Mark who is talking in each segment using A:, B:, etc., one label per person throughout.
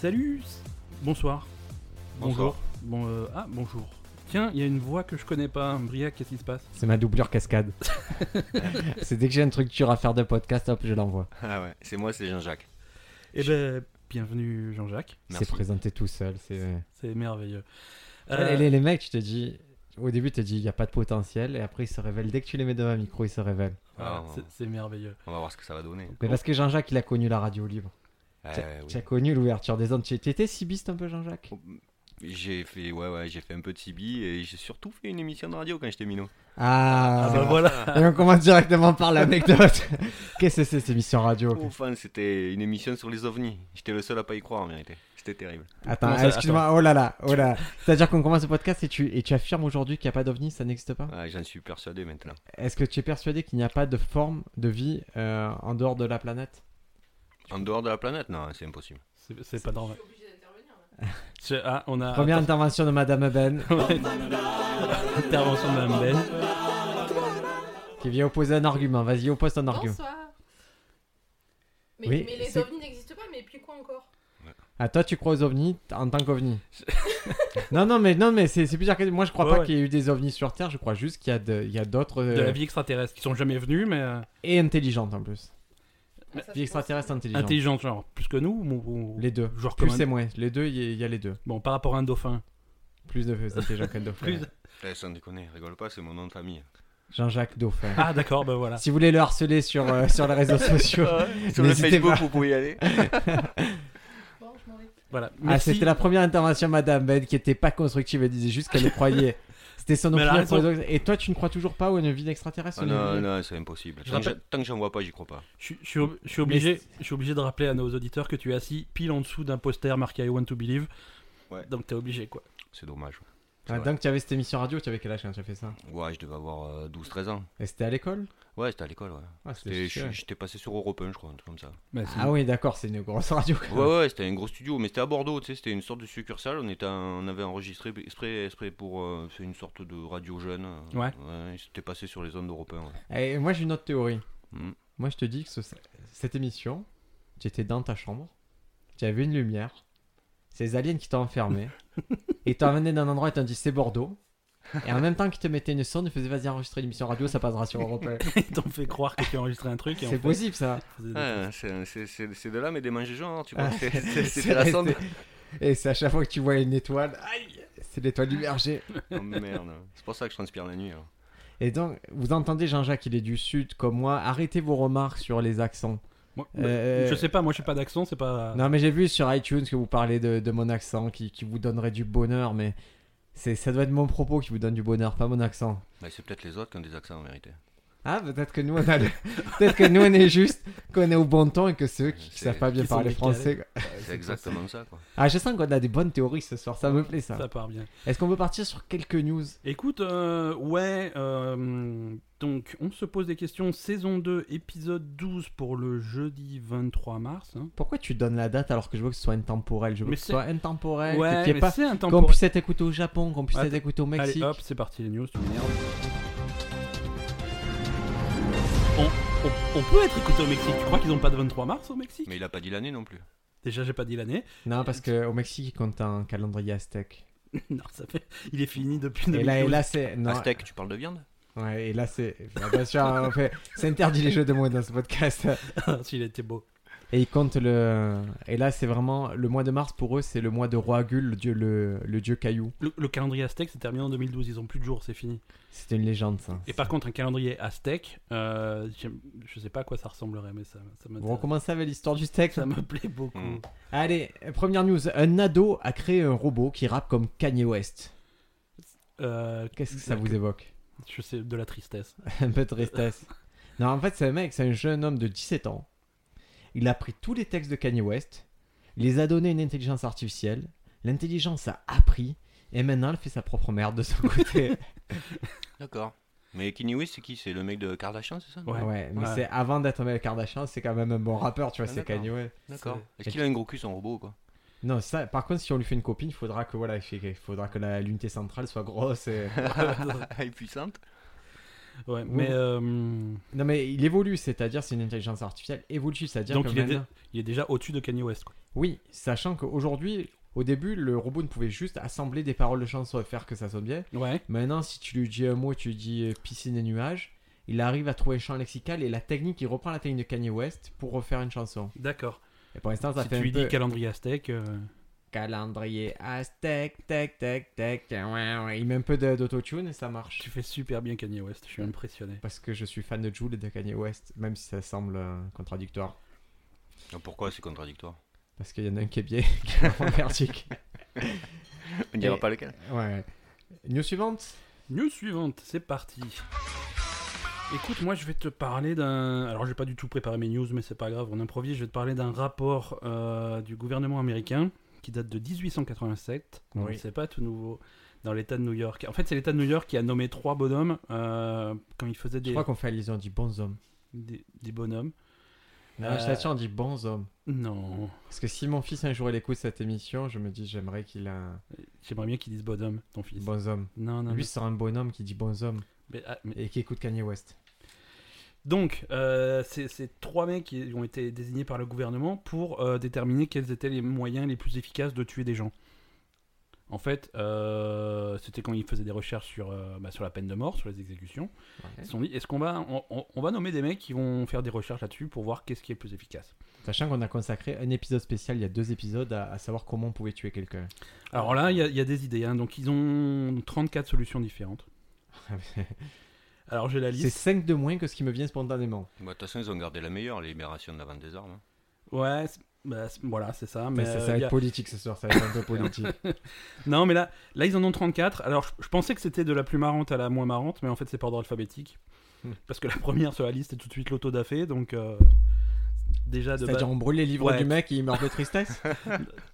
A: Salut, s- bonsoir, bonjour. Bon, euh, ah, bonjour. Tiens, il y a une voix que je connais pas. Briac, qu'est-ce qui se passe
B: C'est ma doublure cascade. c'est dès que j'ai une structure à faire de podcast, hop, je l'envoie.
C: Ah ouais, c'est moi, c'est Jean-Jacques.
A: Eh ben, bienvenue Jean-Jacques,
C: Merci.
B: C'est présenté tout seul. C'est... euh.
A: c'est merveilleux.
B: Ouais,
A: Euh,
B: Les, les mecs, je te dis, au début, tu te dis, il n'y a pas de potentiel, et après, ils se révèlent. Dès que tu les mets devant un micro, ils se révèlent.
A: voilà,
C: Ah.
A: c'est, c'est merveilleux.
C: On va voir ce que ça va donner.
B: Mais parce que Jean-Jacques, il a connu la radio libre.
C: Eh
B: Tu
C: oui.
B: as connu l'ouverture des ondes. Tu étais cibiste un peu, Jean-Jacques
C: J'ai fait, ouais, ouais, j'ai fait un peu de Tibi et j'ai surtout fait une émission de radio quand j'étais minot.
B: Ah,
A: Ah bah voilà.
B: Et on commence directement par l'anecdote. Qu'est-ce que c'est cette émission radio
C: Enfin, c'était une émission sur les ovnis. J'étais le seul à pas y croire en vérité. C'était terrible.
B: Attends,
A: Comment ça-
B: excuse-moi, oh là là, oh là. C'est-à-dire qu'on commence le podcast et tu, et tu affirmes aujourd'hui qu'il n'y a pas d'ovni, ça n'existe pas
C: Ah, J'en suis persuadé maintenant.
B: Est-ce que tu es persuadé qu'il n'y a pas de forme de vie euh, en dehors de la planète
C: En dehors de la planète, non, c'est impossible.
A: C'est, c'est pas normal. Je- ah, on a
B: Première intervention de Madame Ben,
A: intervention de Mme
B: Euh.
A: Ben.
B: qui vient opposer un argument. Vas-y, oppose ton argument.
D: Bonsoir. Mais,
B: Oui,
D: mais les
B: c'est-
D: ovnis n'existent pas, mais puis quoi encore
B: Ah, toi, tu crois aux ovnis t- en tant qu'ovni Non, non, mais, non, mais c'est c'est plusieurs questions. Moi, je crois
A: Ouais,
B: pas
A: ouais.
B: qu'il y ait eu des ovnis sur Terre, je crois juste qu'il y a de- il y a d'autres.
A: De la
B: euh,
A: vie extraterrestre, qui sont jamais venus, mais euh,
B: Et intelligentes en plus.
D: Ah, ça,
B: Vie
D: je
B: extraterrestre intelligente.
A: intelligentes, genre, plus que nous ou, ou-
B: Les deux.
A: Genre comme
B: Plus
A: un-
B: et moins. Les deux, il y, a- il y a les deux.
A: Bon, par rapport à un dauphin.
B: Plus de intelligents que de dauphin.
A: Plus-
C: Eh, sans déconner, rigole pas, c'est mon nom de famille.
B: Jean-Jacques Dauphin.
A: Ah d'accord, ben voilà.
B: Si vous voulez le harceler sur, euh, sur les réseaux sociaux.
C: sur le
B: Ah N'hésitez
C: Facebook,
B: pas.
C: vous pouvez y aller.
D: pense- Bon, je m'en vais.
A: Voilà.
B: Ah,
A: Merci.
B: c'était la première intervention, Madame Ben, qui était pas constructive. Elle disait juste qu'elle le croyait. C'était son
A: Mais elle a
B: opinion. pour
A: raison.
B: les autres. Et toi, tu ne crois toujours pas à une vie d'extraterrestre
C: Ah,
B: une
C: non,
B: vie-
C: non, c'est impossible.
A: Je
C: Tant que
A: rappelle-
C: j'en- tant que j'en vois pas, j'y crois pas.
A: Je suis- je suis ob- je suis obligé, je suis obligé de rappeler à nos auditeurs que tu es assis pile en dessous d'un poster marqué I want to believe.
C: Ouais.
A: Donc t'es obligé quoi.
C: C'est dommage.
B: Ah, donc, tu avais cette émission radio, tu avais quel âge quand tu as fait ça
C: Ouais, je devais avoir euh, 12-13 ans.
B: Et c'était à l'école
C: Ouais, c'était à l'école, ouais.
B: ah, c'était
C: C'était-
B: chiant.
C: je- J'étais passé sur Europe 1, je crois, un truc comme ça.
B: Ah oui, d'accord, c'est une grosse radio.
C: Ouais, ouais, c'était un gros studio, mais c'était à Bordeaux, tu sais, c'était une sorte de succursale. On, était en- on avait enregistré exprès, exprès pour. euh, c'est une sorte de radio jeune. euh,
A: Ouais.
C: Ouais, c'était passé sur les ondes européennes. ouais.
B: Et moi, j'ai une autre théorie.
C: Mm.
B: Moi, je te dis que ce- cette émission, tu étais dans ta chambre, tu avais une lumière, c'est les aliens qui t'ont enfermé, et t'ont amené d'un endroit et t'ont dit c'est Bordeaux. Et en même temps qu'ils te mettaient une sonde, ils faisaient vas-y enregistrer l'émission radio, ça passera sur Europe. un.
A: Ils t'ont fait croire que tu as enregistré un truc. et en
B: C'est
A: fait,
B: possible ça.
A: tu faisais des-
C: Ouais, c'est- c'est- c'est c'est de là, mais des manges gens, tu
B: Ah,
C: vois. c'est- c'est-
B: c'est
C: C'était la sonde.
B: Et c'est à chaque fois que tu vois une étoile, aïe, c'est l'étoile immergée.
C: Oh merde, c'est pour ça que je transpire la nuit. alors.
B: Et donc, vous entendez Jean-Jacques, il est du sud comme moi, arrêtez vos remarques sur les accents.
A: Moi-
B: Euh,
A: Je sais pas, moi je suis pas d'accent, c'est pas.
B: Non, mais j'ai vu sur iTunes que vous parlez de, de mon accent qui, qui vous donnerait du bonheur, mais c'est ça doit être mon propos qui vous donne du bonheur, pas mon accent.
C: Mais Bah, c'est peut-être les autres qui ont des accents en vérité.
B: Ah, peut-être que nous on a le- peut-être que nous on est juste, qu'on est au bon temps et que ceux qui, qui
C: C'est-
B: savent pas bien
A: qui sont
B: parler
A: décalés.
B: français. quoi.
C: C'est exactement ça, quoi.
B: Ah, je sens qu'on a des bonnes théories ce soir, ça me plaît ça.
A: Ça part bien.
B: Est-ce qu'on peut partir sur quelques news
A: Écoute, euh, ouais, euh, donc on se pose des questions. Saison 2, épisode 12 pour le jeudi 23 mars. hein.
B: Pourquoi tu donnes la date alors que je veux que ce soit intemporel Je veux
A: Mais
B: que ce
A: c'est-
B: soit intemporel, que-
A: Ouais,
B: qu'il y ait
A: mais
B: pas-
A: c'est un
B: qu'on
A: temps
B: puisse être écouté au Japon, qu'on puisse
A: Attends,
B: être écouté au Mexique.
A: Allez hop, c'est parti les news, tu m'énerves. On, on- on peut être écouté au Mexique. Tu crois qu'ils ont pas de 23 mars au Mexique
C: Mais il a pas dit l'année non plus.
A: Déjà, j'ai pas dit l'année.
B: Non, parce qu'au Mexique, ils comptent un calendrier aztèque.
A: non, ça fait. Il est fini depuis
B: Et là, et
A: 2012.
B: là c'est. non,
C: Aztèque, tu parles de viande
B: Ouais, et là, c'est. bah, bien sûr, on fait- C'est interdit les jeux de mots dans ce podcast.
A: S'il était beau.
B: Et ils comptent le. Et là, c'est vraiment. Le mois de mars, pour eux, c'est le mois de Roagul, le dieu, le... le dieu caillou.
A: Le, le calendrier aztèque c'est terminé en 2012, ils ont plus de jours, c'est fini.
B: C'était une légende, ça.
A: Et par contre, un calendrier aztèque, euh, j'aime- je sais pas à quoi ça ressemblerait, mais ça, ça
B: Vous
A: m'intéresse.
B: recommencez avec l'histoire du steak
A: Ça me plaît beaucoup.
C: Mm.
B: Allez, première news. Un ado a créé un robot qui rappe comme Kanye West.
A: Euh,
B: Qu'est-ce que ça vous évoque
A: Je sais, de la tristesse.
B: Un peu de tristesse. non, en fait, c'est un mec, c'est un jeune homme de 17 ans. Il a pris tous les textes de Kanye West, il les a donnés à une intelligence artificielle. L'intelligence a appris. Et maintenant, elle fait sa propre merde de son côté.
C: D'accord. Mais Kenny West, c'est qui C'est le mec de Kardashian, c'est ça
A: Ouais.
B: Ouais, mais
A: Ouais.
B: c'est avant d'être Mel Kardashian, c'est quand même un bon rappeur, tu vois,
C: Ah,
B: c'est
C: d'accord.
B: Kanye West.
C: D'accord. Est-ce
B: Et
C: qu'il a un gros cul, son robot, quoi
B: Non, ça, par contre, si on lui fait une copine, il faudra que voilà, il faudra que la- l'unité centrale soit grosse. Et...
C: Elle est puissante
A: Ouais,
B: Oui.
A: mais euh,
B: Non, mais il évolue, c'est-à-dire c'est une intelligence artificielle évolutive, c'est-à-dire
A: Donc
B: que
A: il est
B: maintenant-
A: il est déjà au-dessus de Kanye West. quoi.
B: Oui, sachant qu'aujourd'hui, au début, le robot ne pouvait juste assembler des paroles de chansons et faire que ça sonne bien.
A: Ouais.
B: Maintenant, si tu lui dis un mot, tu lui dis euh, piscine et nuages, il arrive à trouver un champ lexical et la technique, il reprend la technique de Kanye West pour refaire une chanson.
A: D'accord.
B: Et pour l'instant, ça
A: Si
B: fait
A: tu lui
B: un peu...
A: dis calendrier aztèque, euh,
B: Calendrier aztèque, tac, tac, tac, ouais, ouais. il met un peu de- d'autotune et ça marche.
A: tu fais super bien Kanye West. Je suis impressionné.
B: Parce que je suis fan de Jules et de Kanye West, même si ça semble euh, contradictoire.
C: Ah, Pourquoi c'est contradictoire
B: Parce qu'il y en a un qui est biais, qui est vraiment merdique.
C: On
B: dira
C: pas lequel.
B: Ouais. News suivante
A: News suivante, c'est parti. Écoute, moi je vais te parler d'un. Alors j'ai pas du tout préparé mes news, mais c'est pas grave, on improvise. Je vais te parler d'un rapport euh, du gouvernement américain qui date de 1887. Donc
B: Oui.
A: c'est pas tout nouveau. Dans l'État de New York. En fait, c'est l'État de New York qui a nommé trois bonhommes euh, quand il faisait
B: Je
A: des,
B: crois qu'on fait allusion, on dit bons hommes.
A: des, des bonhommes.
B: Non,
A: Euh,
B: je t'assure, on dit bons hommes.
A: Non,
B: Parce que si mon fils un jour il écoute cette émission, je me dis j'aimerais qu'il ait un
A: j'aimerais bien qu'ils disent bonhomme, ton fils.
B: bons homme.
A: Non, non,
B: Lui
A: non.
B: c'est un bonhomme qui dit bons hommes
A: Mais, ah, mais-
B: et qui écoute Kanye West.
A: Donc, euh, c'est c'est trois mecs qui ont été désignés par le gouvernement pour euh, déterminer quels étaient les moyens les plus efficaces de tuer des gens. En fait, euh, c'était quand ils faisaient des recherches sur, euh, bah, sur la peine de mort, sur les exécutions. Ils se sont dit, est-ce qu'on va, on, on- on va nommer des mecs qui vont faire des recherches là-dessus pour voir qu'est-ce qui est le plus efficace
B: Sachant qu'on a consacré un épisode spécial, il y a deux épisodes, à, à savoir comment on pouvait tuer quelqu'un.
A: Alors là, il y, a- il y a des idées. hein. Donc, ils ont 34 solutions différentes. Alors, j'ai la
B: c'est
A: liste.
B: 5 de moins que ce qui me vient spontanément.
C: Bah, de toute façon, ils ont gardé la meilleure, la libération de la vente des armes. hein.
A: Ouais, c'est- bah, c'est- voilà, c'est ça. Mais
B: Mais ça,
A: euh,
B: ça va
A: il y
B: être
A: a-
B: politique ce soir, ça va être un peu politique.
A: Non, mais là, là, ils en ont 34. Alors, je, je pensais que c'était de la plus marrante à la moins marrante, mais en fait, c'est par ordre alphabétique.
B: Hmm.
A: Parce que la première sur la liste est tout de suite l'autodafé, donc euh, déjà de base,
B: C'est-à-dire on brûle les livres
A: Ouais.
B: du mec et il meurt de tristesse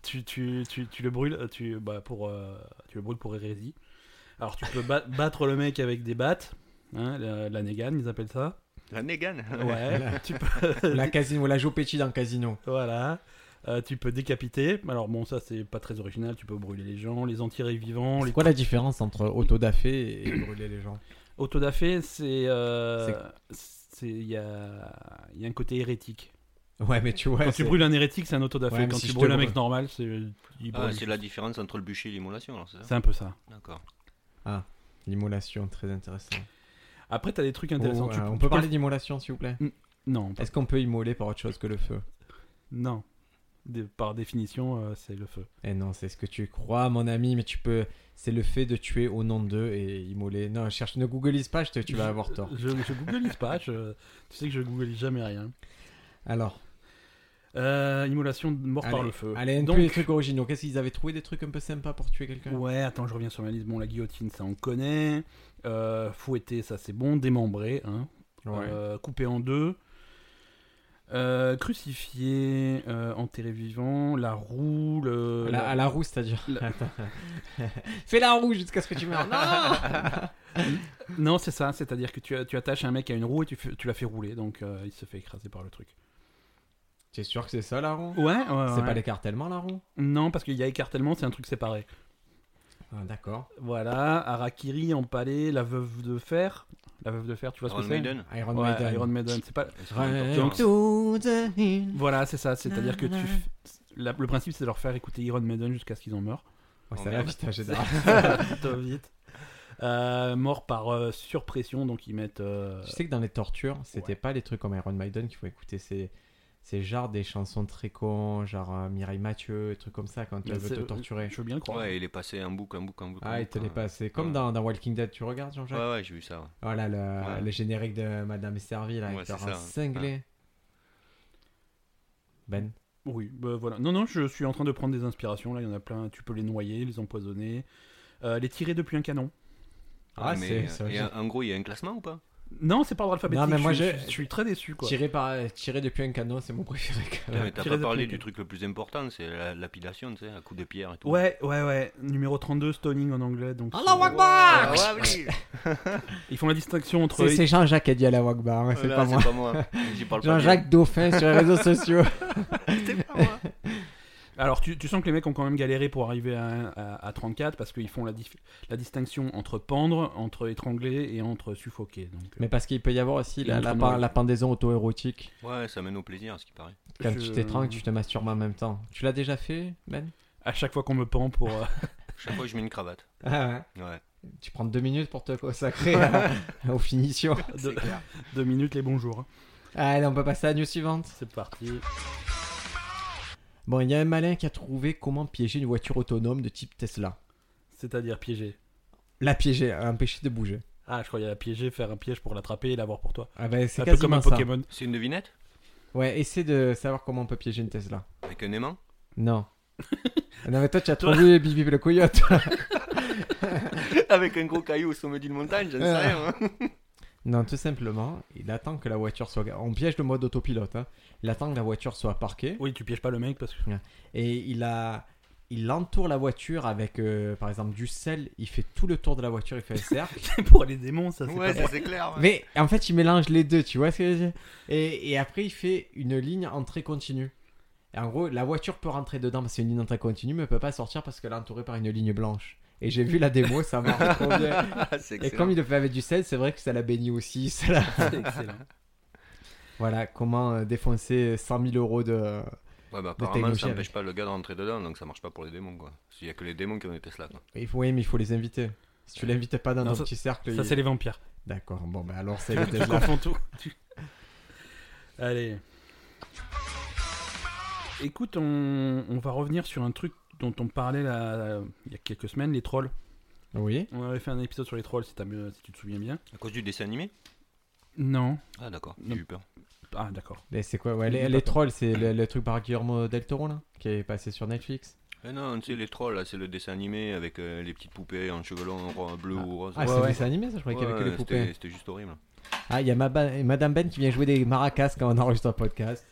A: tu, tu, tu, tu le brûles, euh, tu, bah, pour, euh, tu le brûles pour hérésie. Alors, tu peux ba- battre le mec avec des battes, hein, la, la négane, ils appellent ça.
C: La Negan
B: Ah
A: Ouais, tu peux.
B: ou la casino, ou la Joe Pesci dans le casino.
A: Voilà. Euh, tu peux décapiter. Alors, bon, ça, c'est pas très original. Tu peux brûler les gens, les enterrer vivants.
B: C'est
A: Les...
B: quoi la différence entre autodafé et brûler les gens
A: Autodafé, c'est. euh, c'est- Il y, a... il y a un côté hérétique.
B: Ouais mais tu
A: Quand
B: vois,
A: tu
B: c'est-
A: brûles un hérétique, c'est un autodafé.
B: Ouais, mais
A: Quand
B: si
A: tu
B: je te
A: brûles un mec
B: brûle.
A: normal, c'est. il
C: Ah,
A: brûle.
C: c'est la différence entre le bûcher et l'immolation, alors, c'est ça
A: C'est un peu ça.
C: D'accord.
B: l'immolation, très intéressant.
A: Après, t'as des trucs intéressants.
B: Oh,
A: Tu-
B: euh, on
A: tu
B: peut parler d'immolation, s'il vous plaît
A: Non, pas-
B: Est-ce qu'on peut immoler par autre chose que le feu
A: non. Des- Par définition, euh, c'est le feu.
B: Eh non, c'est ce que tu crois, mon ami, mais tu peux. C'est le fait de tuer au nom d'eux et immoler. Non, cherche, ne googlise pas, je te- tu vas
A: Je-
B: avoir tort.
A: Je, je googleise pas. je- euh, Tu sais que je googleise jamais rien.
B: Alors,
A: Euh, immolation mort par
B: allez,
A: le feu.
B: allez, un peu
A: Euh, Donc-
B: les trucs originaux. Qu'est-ce qu'ils avaient trouvé des trucs un peu sympas pour tuer quelqu'un
A: Ouais, attends, je reviens sur ma liste. Bon, la guillotine, ça on connaît. Euh, fouetter, ça c'est bon. Démembrer, hein. Euh, coupé en deux, Euh, crucifié, euh, enterré vivant, la euh, roue, le-
B: À la- à la roue, c'est-à-dire.
A: la-
B: Attends. Fais la roue jusqu'à ce que tu meurs. Non
A: Non, c'est ça, c'est-à-dire que tu, tu attaches un mec à une roue et tu, fais- tu la fais rouler, donc euh, il se fait écraser par le truc.
B: T'es sûr que c'est ça la roue
A: Ouais, ouais, ouais.
B: C'est pas l'écartèlement la roue
A: Non, parce qu'il y a écartèlement, c'est un truc séparé.
B: Ah, D'accord.
A: Voilà, Harakiri, empalé, la veuve de fer. La veuve de fer, tu vois ce
C: Iron
A: que c'est
C: Maiden
B: Iron
A: Ouais,
B: Maiden.
A: Iron Maiden, c'est pas...
C: Est-ce qu'on est
B: Run
C: d'accord
B: to the hill.
A: Voilà, c'est ça, c'est-à-dire que tu...
B: Nanana.
A: la- le principe, c'est de leur faire écouter Iron Maiden jusqu'à ce qu'ils en meurent.
B: Oh,
C: Oh,
B: ça va
C: merde.
B: vite, hein, j'ai
A: plutôt vite. Euh, mort par euh, surpression, donc ils mettent. euh,
B: Je sais que dans les tortures, c'était
A: ouais.
B: pas les trucs comme Iron Maiden qu'il faut écouter. C'est, c'est genre des chansons très cons, genre euh, Mireille Mathieu, des trucs comme ça, quand
A: Mais
B: elle veut
C: euh,
A: c'est-
B: te torturer.
A: Je veux bien le croire.
C: Ouais, il est passé un bouc, un bouc, un bouc. un
B: Ah, il
C: bouc,
B: te
C: hein.
B: l'est passé. Comme
C: Ouais.
B: dans, dans Walking Dead, tu regardes Jean-Jacques
C: Ouais, ouais, j'ai vu ça. ouais.
B: Voilà le,
C: Ouais.
B: le générique de Madame est servie, là,
C: Ouais,
B: avec
C: c'est
B: leur
C: ça.
B: cinglé. Ben,
A: Oui, bah, voilà. Non, non, je suis en train de prendre des inspirations. Là, il y en a plein. Tu peux les noyer, les empoisonner, euh, les tirer depuis un canon.
B: Ah,
C: Mais,
B: c'est-
C: euh,
B: c'est
C: et
B: vrai.
C: en gros, il y a un classement ou pas
A: Non, c'est pas ordre alphabétique.
B: Non, mais moi,
A: je, suis-
B: j'ai-
A: je suis très déçu. Quoi.
B: tiré, par, tiré depuis un canon, c'est mon préféré. quand
C: Putain,
B: même.
C: mais T'as
A: tirer
C: pas
A: des
C: parlé
A: trucs.
C: du truc le plus important, c'est la lapidation, tu sais, à coup de pierre et tout.
A: Ouais, ouais, ouais. Numéro 32, stoning en anglais. Donc
B: Allah
A: c'est-
B: Akbar
C: Ah, ouais, oui.
A: Ils font la distinction entre.
B: C'est, c'est Jean-Jacques qui a dit à la Wagbar, hein, c'est
C: Voilà,
B: pas moi.
C: C'est pas moi. J'y parle pas bien.
B: Jean-Jacques Dauphin sur les réseaux sociaux.
C: C'est pas moi.
A: Alors, tu, tu sens que les mecs ont quand même galéré pour arriver à, à- à 34 parce qu'ils font la, dif- la distinction entre pendre, entre étrangler et entre suffoquer. Donc, euh,
B: Mais parce qu'il peut y avoir aussi
A: Et
B: la, la,
A: autrement,
B: pen-
A: oui.
B: la pendaison auto-érotique.
C: Ouais, ça mène au plaisir, à ce qui paraît.
B: Quand
A: Je-
B: tu t'étrangles, tu te masturbes en même temps. Tu l'as déjà fait, Ben
A: à chaque fois qu'on me pend pour. euh,
C: Chaque fois, je mets une cravate.
B: Ah ouais.
C: Ouais.
B: Tu prends deux minutes pour te consacrer à- aux finitions.
A: deux, deux minutes les bonjours. hein.
B: Allez, on peut passer à la news suivante.
A: C'est parti.
B: Bon, il y a un malin qui a trouvé comment piéger une voiture autonome de type Tesla.
A: C'est-à-dire piéger.
B: La piéger, empêcher de bouger.
A: Ah, je croyais la piéger, faire un piège pour l'attraper et l'avoir pour toi.
B: Ah ben, c'est
A: un peu comme
B: quasiment
A: un Pokémon.
C: C'est une devinette
B: ça. Ouais, essaie de savoir comment on peut piéger une Tesla.
C: Avec un aimant
B: Non. non, mais toi, tu as
A: Toi-
B: trouvé Bibi le coyote.
C: Avec un gros caillou au sommet d'une montagne, j'en sais rien. hein.
B: Non, tout simplement, il attend que la voiture soit. On piège le mode autopilote. hein. Il attend que la voiture soit parquée
A: Oui, tu pièges pas le mec parce que.
B: et il a. Il entoure la voiture avec, euh, par exemple, du sel. Il fait tout le tour de la voiture, il fait un cercle.
A: pour les démons, ça c'est
C: Ouais,
A: pas
C: ça c'est clair. ouais.
B: Mais en fait, il mélange les deux, tu vois ce que je veux dire et, et après, il fait une ligne entrée continue. Et en gros, la voiture peut rentrer dedans parce que c'est une ligne entrée continue, mais ne peut pas sortir parce qu'elle est entourée par une ligne blanche. Et j'ai vu la démo, ça marche trop bien.
C: Ah, c'est
B: Et
C: excellent.
B: comme il le fait avec du sel, c'est vrai que ça l'a béni aussi. ça l'a-
A: C'est excellent.
B: Voilà, comment euh, défoncer 100 000 euros de. euh,
C: Ouais, bah,
B: de
C: apparemment,
B: technologie
C: ça n'empêche
B: avec.
C: pas le gars de rentrer dedans, donc ça marche pas pour les démons, quoi. Il y a que les démons qui ont des Tesla, quoi.
B: Il faut, oui, mais il faut les inviter. Si tu l'invites pas dans
A: Non,
B: un
A: ça-
B: petit cercle.
A: Ça
B: il-
A: c'est les vampires.
B: D'accord, bon, bah alors c'est le
A: Tu
B: Tesla.
A: confonds tout. Tu- Allez. Écoute, on, on va revenir sur un truc dont on parlait là, il y a quelques semaines, les trolls.
B: Oui.
A: On avait fait un épisode sur les trolls, si, t'as mieux- si tu te souviens bien.
C: À cause du dessin animé
A: Non.
C: Ah, d'accord,
A: Non.
C: j'ai eu peur.
A: Ah, d'accord.
B: Mais c'est quoi ouais,
A: Il est
B: Les,
A: pas
B: les
A: con.
B: trolls, c'est le, le truc par Guillermo del Toro, là, qui est passé sur Netflix.
C: Eh non, tu sais, les trolls, là, c'est le dessin animé avec euh, les petites poupées en cheveux longs, ro- bleu ou rose.
B: Ah, c'est
A: Ouais, ouais.
B: un dessin animé, ça, je croyais qu'il y avait que
C: Ouais,
B: les
C: c'était-
B: poupées.
C: C'était juste horrible.
B: Ah, il y a ma- Madame Ben qui vient jouer des maracas quand on enregistre un podcast.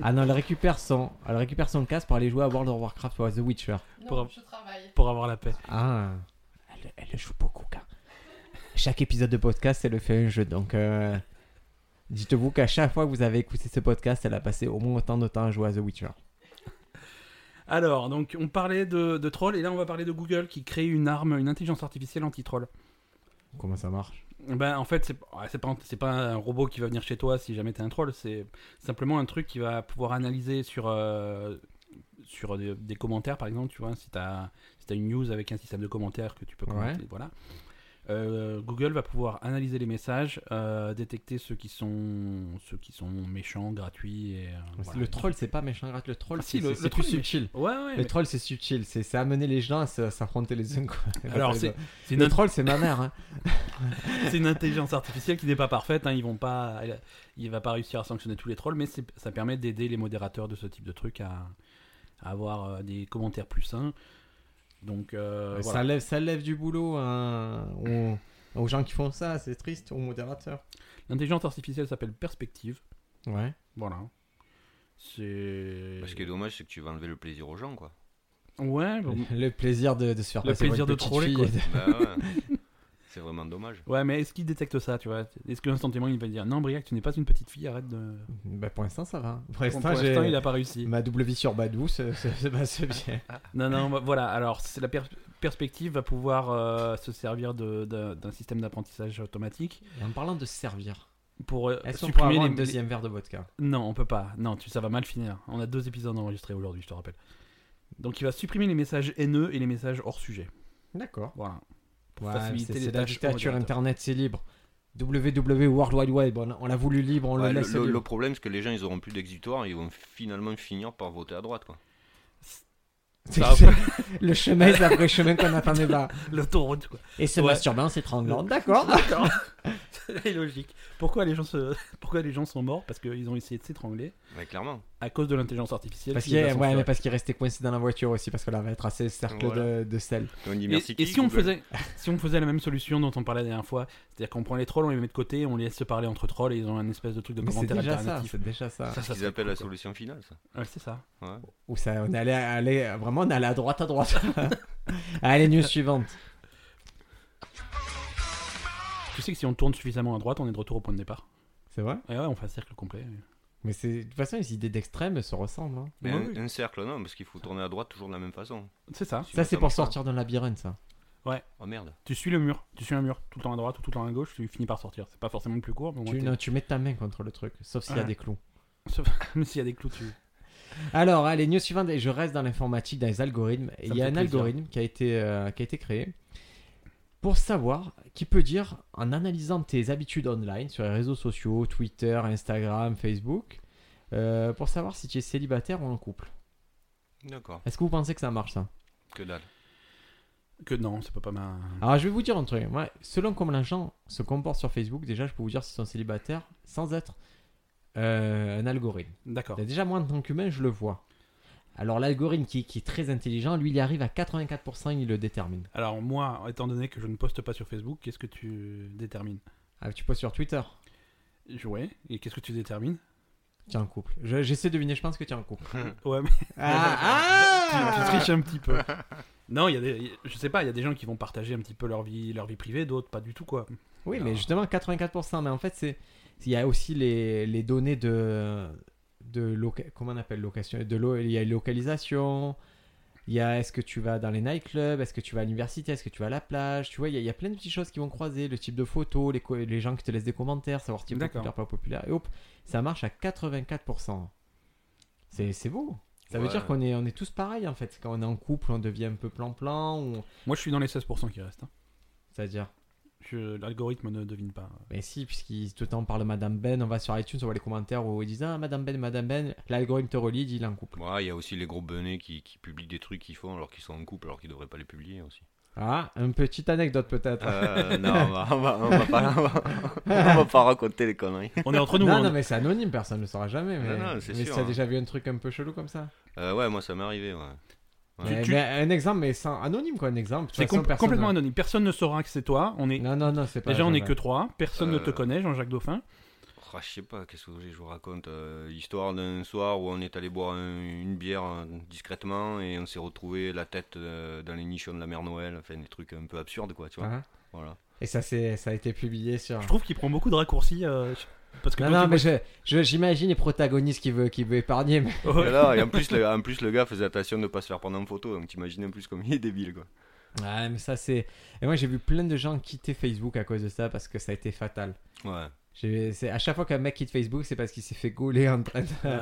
B: ah non, elle récupère son, elle récupère son casque pour aller jouer à World of Warcraft ou à The Witcher.
D: Non,
A: Pour-
D: je travaille.
A: Pour avoir la paix.
B: Ah, elle, elle le joue beaucoup, gars. Chaque épisode de podcast, elle le fait un jeu, donc... euh, Dites-vous qu'à chaque fois que vous avez écouté ce podcast, elle a passé au moins autant de temps à jouer à The Witcher.
A: Alors, donc, on parlait de, de trolls, et là, on va parler de Google qui crée une arme, une intelligence artificielle anti-troll.
B: Comment ça marche
A: Ben, en fait, c'est ouais, c'est pas, c'est pas un robot qui va venir chez toi si jamais t'es un troll, c'est simplement un truc qui va pouvoir analyser sur, euh, sur des, des commentaires, par exemple, tu vois, si t'as si t'as une news avec un système de commentaires que tu peux commenter, voilà. Euh, Google va pouvoir analyser les messages, euh, détecter ceux qui sont ceux qui sont méchants, gratuits et euh, voilà.
B: Le troll, c'est pas méchant, gratte, le troll,
A: Ah si,
B: c'est-
A: le-
B: c'est
A: le
B: c'est plus
A: troll est
B: subtil.
A: Ouais, ouais.
B: Le
A: mais
B: troll, c'est subtil, c'est c'est amener les gens à se- à s'affronter les uns. quoi.
A: Alors, c'est c'est une,
B: Le troll, c'est ma mère. hein.
A: c'est une intelligence artificielle qui n'est pas parfaite. hein, ils vont pas, elle- il va pas réussir à sanctionner tous les trolls, mais c'est- ça permet d'aider les modérateurs de ce type de truc à, à avoir euh, des commentaires plus sains. Donc euh,
B: ça,
A: voilà.
B: lève, ça lève du boulot hein, aux, aux gens qui font ça, c'est triste, aux modérateurs.
A: l'intelligence artificielle s'appelle Perspective.
B: Ouais.
A: Voilà. C'est.
C: Ce qui est dommage, c'est que tu vas enlever le plaisir aux gens, quoi.
A: Ouais. bon.
B: Le plaisir de, de se faire
A: Le
B: passer pour
A: plaisir
B: une
A: de
B: petite
A: troller,
B: fille
A: quoi.
B: et de-
C: Bah ouais. c'est vraiment dommage.
A: Ouais, mais est-ce qu'il détecte ça, tu vois Est-ce que instantanément il va dire non, Briac, tu n'es pas une petite fille, arrête de.
B: Bah, pour l'instant, ça va. Pour
A: Pour
B: l'instant, j'ai-
A: l'instant, il n'a pas réussi.
B: ma double vie sur Badou se, se- se passe bien.
A: Non, non, bah, voilà. Alors, c'est la per- perspective va pouvoir euh, se servir de- de- d'un système d'apprentissage automatique
B: Et en parlant de servir,
A: pour euh,
B: est-ce qu'on pourrait
A: supprimer
B: avoir
A: les
B: un deuxième verre de vodka
A: les- Non, on peut pas. Non, tu, ça va mal finir. On a deux épisodes enregistrés aujourd'hui, je te rappelle. Donc, il va supprimer les messages haineux et les messages hors sujet.
B: D'accord.
A: Voilà. Pour
B: Ouais,
A: faciliter
B: c'est
A: les
B: c'est la
A: tâches au
B: dictature,
A: modérateur.
B: Internet, c'est libre. WW World Wide Web, on, on l'a voulu libre, on
C: Ouais,
B: le
C: le,
B: laisse
C: le- le
B: libre.
C: problème, c'est que les gens, ils auront plus d'exutoire et ils vont finalement finir par voter à droite, quoi.
A: Ça va pas-
B: Le chemin, c'est après chemin qu'on attendait là.
A: L'autoroute, quoi.
B: Et se
A: Ouais.
B: masturbant, c'est tranglant. D'accord.
A: D'accord. c'est logique. Pourquoi les gens, se... Pourquoi les gens sont morts Parce qu'ils ont essayé de s'étrangler
C: Mais clairement.
A: à cause de l'intelligence artificielle.
B: Parce
A: qui les a
B: qu'il ouais,
A: censurés.
B: mais parce qu'il restait coincé dans la voiture aussi, parce qu'on avait tracé le cercle
C: Voilà.
B: de, de sel.
C: On dit
A: Et-
C: merci
A: et
C: qui,
A: si on,
C: Google
A: faisait, si on faisait la même solution dont on parlait la dernière fois, c'est-à-dire qu'on prend les trolls, on les met de côté, on les laisse se parler entre trolls et ils ont un espèce de truc de
B: Mais c'est
A: commentaire
B: déjà ça,
A: alternatif.
B: c'est déjà ça.
A: Ça, ça
C: Ils
A: serait
C: appellent la
A: cool,
C: solution finale, ça.
A: quoi. Ouais, c'est ça.
C: Ouais.
B: Ou ça, on allait aller vraiment, on allait à droite à droite. Allez, news suivante.
A: Tu sais que si on tourne suffisamment à droite, on est de retour au point de départ.
B: C'est vrai
A: Et ouais, on fait un cercle complet.
B: Mais c'est... de toute façon, les idées d'extrême elles se ressemblent. hein.
C: Mais
A: Ouais,
C: un,
A: oui.
C: Ben, un cercle, non, parce qu'il faut tourner à droite toujours de la même façon.
A: C'est ça.
B: Ah, Ça,
C: Sinon,
B: c'est pour
C: marche pas.
B: sortir d'un labyrinthe, ça.
C: Oh merde.
A: Tu suis le mur. Tu suis un mur. Tout le temps à droite ou tout le temps à gauche, tu finis par sortir. C'est pas forcément le plus court, mais au moins
B: Tu,
A: t'es- Ah.
B: non, tu mets ta main contre le truc, sauf s'il y a
A: Ouais.
B: des clous.
A: Même s'il y a des clous dessus.
B: Alors, allez, news suivante, et je reste dans l'informatique, dans les algorithmes.
A: Ça
B: Et Il
A: me
B: y a
A: fait
B: un
A: plaisir.
B: algorithme qui a, été, euh, qui a été créé pour savoir, qui peut dire, en analysant tes habitudes online sur les réseaux sociaux, Twitter, Instagram, Facebook, euh, pour savoir si tu es célibataire ou en couple.
C: D'accord.
B: Est-ce que vous pensez que ça marche, ça
C: Que dalle.
A: Que non, c'est pas pas mal.
B: Alors, je vais vous dire un truc. Moi, selon comment les gens se comportent sur Facebook, déjà, je peux vous dire s'ils sont célibataires sans être euh, un algorithme.
A: D'accord.
B: Bah, déjà, moi, en tant qu'humain, je le vois. Alors, l'algorithme qui, qui est très intelligent, lui, il y arrive à 84%, il le détermine.
A: Alors moi, étant donné que je ne poste pas sur Facebook, qu'est-ce que tu détermines
B: Ah, tu postes sur Twitter,
A: Ouais, et qu'est-ce que tu détermines
B: tu es en couple. Je- J'essaie de deviner, je pense que tu es en couple.
A: Ouais, mais
B: Ah,
A: tu, tu triches un petit peu. Non, il y a des, je sais pas, il y a des gens qui vont partager un petit peu leur vie, leur vie privée, d'autres pas du tout quoi.
B: Oui, mais justement, 84%, mais en fait, c'est il y a aussi les, les données de... de loca- Comment on appelle location de lo- Il y a localisation, il y a est-ce que tu vas dans les nightclubs, est-ce que tu vas à l'université, est-ce que tu vas à la plage, tu vois, il y, a- il y a plein de petites choses qui vont croiser, le type de photos, les, co- les gens qui te laissent des commentaires, savoir si tu es
A: D'accord.
B: populaire, pas populaire, et hop, ça marche à 84%. C'est c'est beau ça veut
C: Ouais.
B: dire qu'on est, on est tous pareils en fait. Quand on est en couple, on devient un peu plan-plan. ou-
A: Moi, je suis dans les 16% qui restent. hein.
B: C'est-à-dire
A: Je- L'algorithme ne devine pas.
B: Mais Ben si, puisqu'il tout le temps parle de Madame Ben, on va sur iTunes, on voit les commentaires où ils disent Ah, Madame Ben, Madame Ben, l'algorithme te relie, dit il est en couple.
C: Ouais, ah, Il y a aussi les gros benets qui, qui publient des trucs qu'ils font alors qu'ils sont en couple, alors qu'ils devraient pas les publier aussi.
B: Ah, une petite anecdote
A: Ah,
B: peut-être.
C: Euh, non, on va, on va- on va pas, on va- on va pas raconter les conneries.
A: On est entre nous.
B: non,
A: hein.
B: non, mais c'est anonyme, personne ne le saura jamais. Mais,
C: Non, non, c'est
B: mais
C: sûr,
B: si t'as
C: hein.
B: déjà vu un truc un peu chelou comme ça.
C: Euh, ouais, moi ça m'est arrivé. Ouais. Ouais.
B: Mais-
A: Tu- tu-
B: mais un exemple, mais sans anonyme quoi, un exemple. De toute
A: C'est
B: façon,
A: com-
B: personne- euh,
A: complètement anonyme. Personne ne saura que c'est toi. On est
B: Non, non, non, c'est pas.
A: déjà, on est
B: ça,
A: que trois. Personne ne te
C: Euh.
A: connaît, Jean-Jacques Dauphin.
C: Oh, je sais pas, qu'est-ce que je vous raconte euh, Histoire d'un soir où on est allé boire un- une bière euh, discrètement et on s'est retrouvé la tête euh, dans les nichons de la mère Noël, enfin des trucs un peu absurdes quoi, tu vois.
B: Hein
C: Voilà.
B: Et ça, c'est, ça a été publié sur.
A: Je trouve qu'il prend beaucoup de raccourcis. euh, parce que
B: Non,
A: quand
B: non,
A: tu
B: mais je, je- j'imagine les protagonistes qui veut, qui veut épargner. mais-
A: vois- Ouais.
C: Et, là, et en, plus, le, en plus, le gars faisait attention de pas se faire prendre en photo, donc t'imagines en plus comme il est débile quoi.
B: Ouais, mais ça, c'est. Et moi, j'ai vu plein de gens quitter Facebook à cause de ça parce que ça a été fatal.
C: Ouais.
B: J'ai- c'est- À chaque fois qu'un mec quitte Facebook, c'est parce qu'il s'est fait gauler en train de...
A: Euh,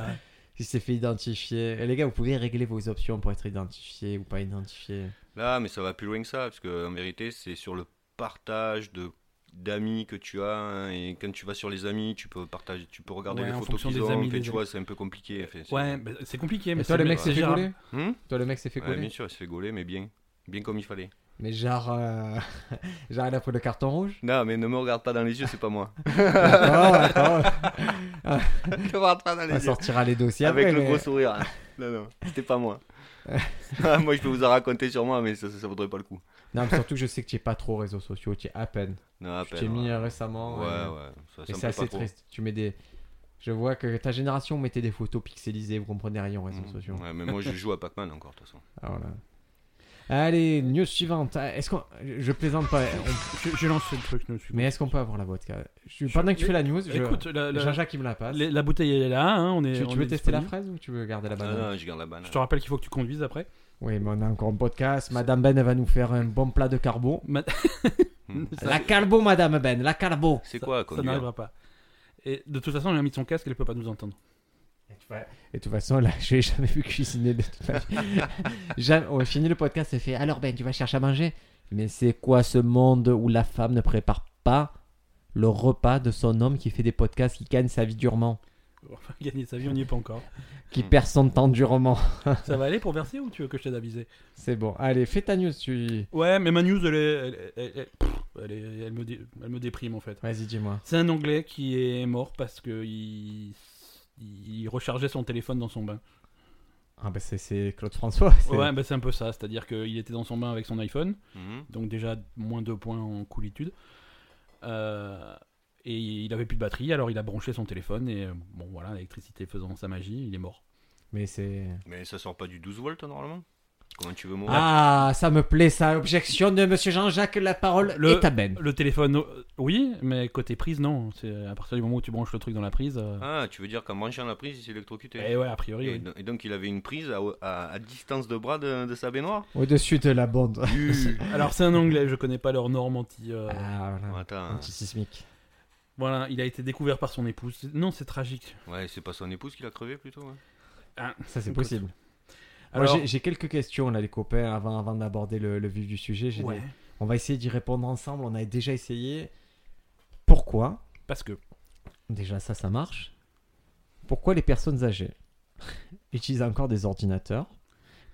B: Il s'est fait identifier. Et les gars, vous pouvez régler vos options pour être identifié ou pas identifié.
C: Là, mais ça va plus loin que ça, parce que en vérité, c'est sur le partage de d'amis que tu as hein, et quand tu vas sur les amis tu peux partager tu peux regarder
A: Ouais,
C: les
A: en
C: photos
A: fonction
C: qu'ils
A: des
C: ont
A: amis,
C: enfin,
A: des
C: tu
A: amis.
C: vois c'est un peu compliqué enfin, c'est-
A: ouais, bah, c'est compliqué. Mais
B: Et Eh, toi, le
A: c'est-
B: mec s'est
A: c'est
B: fait
A: Gérard-
B: gauler
C: Hmm
B: Toi, le mec s'est fait
C: Ouais,
B: gauler
C: bien sûr, il se fait gauler, mais bien. Bien comme il fallait.
B: Mais genre... euh, genre, il a pris le carton rouge
C: Non, mais ne me regarde pas dans les yeux, c'est pas moi.
B: Oh, attends,
C: ne me regarde pas dans
B: On
C: les yeux.
B: sortira les dossiers
C: Avec
B: après,
C: le
B: mais-
C: gros sourire. Non, non, c'était pas moi. Ah, moi, je peux vous en raconter sur moi, mais ça, ça, ça vaudrait pas le coup.
B: Non, mais surtout que je sais que tu es pas trop aux réseaux sociaux, tu es à peine.
C: Non, à
B: Tu
C: peine,
B: t'es mis
C: ouais.
B: euh,
C: Ouais,
B: récemment. euh,
C: ouais. Ça, ça
B: Et
C: me
B: c'est
C: plaît pas
B: assez
C: trop.
B: triste. Tu mets des... Je vois que ta génération mettait des photos pixelisées, vous comprenez rien aux réseaux
C: Mmh.
B: sociaux.
C: Ouais, mais moi, je joue à Pac-Man encore, de toute façon.
B: Ah, voilà. Allez, news suivante. Ah, Est-ce qu'on... Je plaisante pas. on-
A: Je, je lance le truc. ne le suis pas.
B: Mais est-ce qu'on peut avoir la vodka je... Pendant que tu
A: Mais-
B: fais la news, je...
A: Écoute, euh, la, la-
B: Jean-Jacques il me la passe.
A: la- la bouteille elle est là. hein, on est.
B: Tu,
A: on
B: tu veux
A: est
B: tester la
A: disponible. Euh,
B: phrase ou tu veux garder la
C: Non,
B: banane
C: Ah, non, je garde la banane.
A: Je te rappelle qu'il faut que tu conduises après.
B: Oui, mais on a encore un podcast. Madame Ben, elle va nous faire un bon plat de carbo.
A: Ma-
C: Hmm.
A: Ça,
B: La carbo, Madame Ben, la carbo.
C: C'est
A: ça-
C: quoi,
A: Ça
C: conduire
A: n'arrivera pas. Et de toute façon, elle a mis son casque, elle peut pas nous entendre.
B: Et tu vois- et de toute façon, là, je l'ai jamais vu cuisiner de toute ma vie. Jamais- On finit le podcast, elle fait Alors Ben, tu vas chercher à manger Mais c'est quoi ce monde où la femme ne prépare pas le repas de son homme qui fait des podcasts, qui gagne sa vie durement,
A: Enfin, gagner sa vie, on n'y est pas encore. Hmm.
B: qui perd son temps durement
A: Ça va aller pour verser ou tu veux que je t'aide à viser
B: C'est bon. Allez, fais ta news. Tu...
A: Ouais, mais ma news, elle, est, elle, elle- elle- pff, elle est- elle me, dé- elle me déprime en fait.
B: Vas-y, dis-moi.
A: C'est un Anglais qui est mort parce que il, il rechargeait son téléphone dans son bain.
B: Ah bah c'est- c'est Claude François. c'est-
A: Ouais, bah c'est un peu ça, c'est-à-dire qu'il était dans son bain avec son iPhone,
C: Mhm.
A: donc déjà moins deux points en coolitude. Euh, et il avait plus de batterie, alors il a branché son téléphone et euh, bon voilà, l'électricité faisant sa magie, il est mort.
B: Mais c'est...
C: Mais ça sort pas du 12 volts, normalement Comment tu veux mourir
B: Ah, ça me plaît, ça objectionne, monsieur Jean-Jacques, la parole
A: Le-
B: est à Ben.
A: Le téléphone, euh, oui, mais côté prise, non. C'est à partir du moment où tu branches le truc dans la prise. euh,
C: Ah, tu veux dire qu'en branchant la prise, il s'est électrocuté
A: eh ouais, a priori.
C: Et
A: oui.
C: do- et donc il avait une prise à, à- à distance de bras de, de sa baignoire
B: Au-dessus de la bande.
A: Euh, Alors c'est un anglais, je connais pas leur norme anti. euh,
B: Ah,
C: Oh,
B: voilà.
C: Attends,
B: Antisismique.
A: Voilà, il a été découvert par son épouse. C'est- Non, c'est tragique.
C: ouais, c'est pas son épouse qui l'a crevé plutôt hein
B: Ça, c'est
A: Écoute.
B: possible. Moi,
A: Alors,
B: j'ai- j'ai quelques questions, là, les copains, avant, avant d'aborder le, le vif du sujet. j'ai
A: ouais,
B: des- On va essayer d'y répondre ensemble. On a déjà essayé. Pourquoi
A: parce que
B: Déjà, ça, ça marche. Pourquoi les personnes âgées utilisent encore des ordinateurs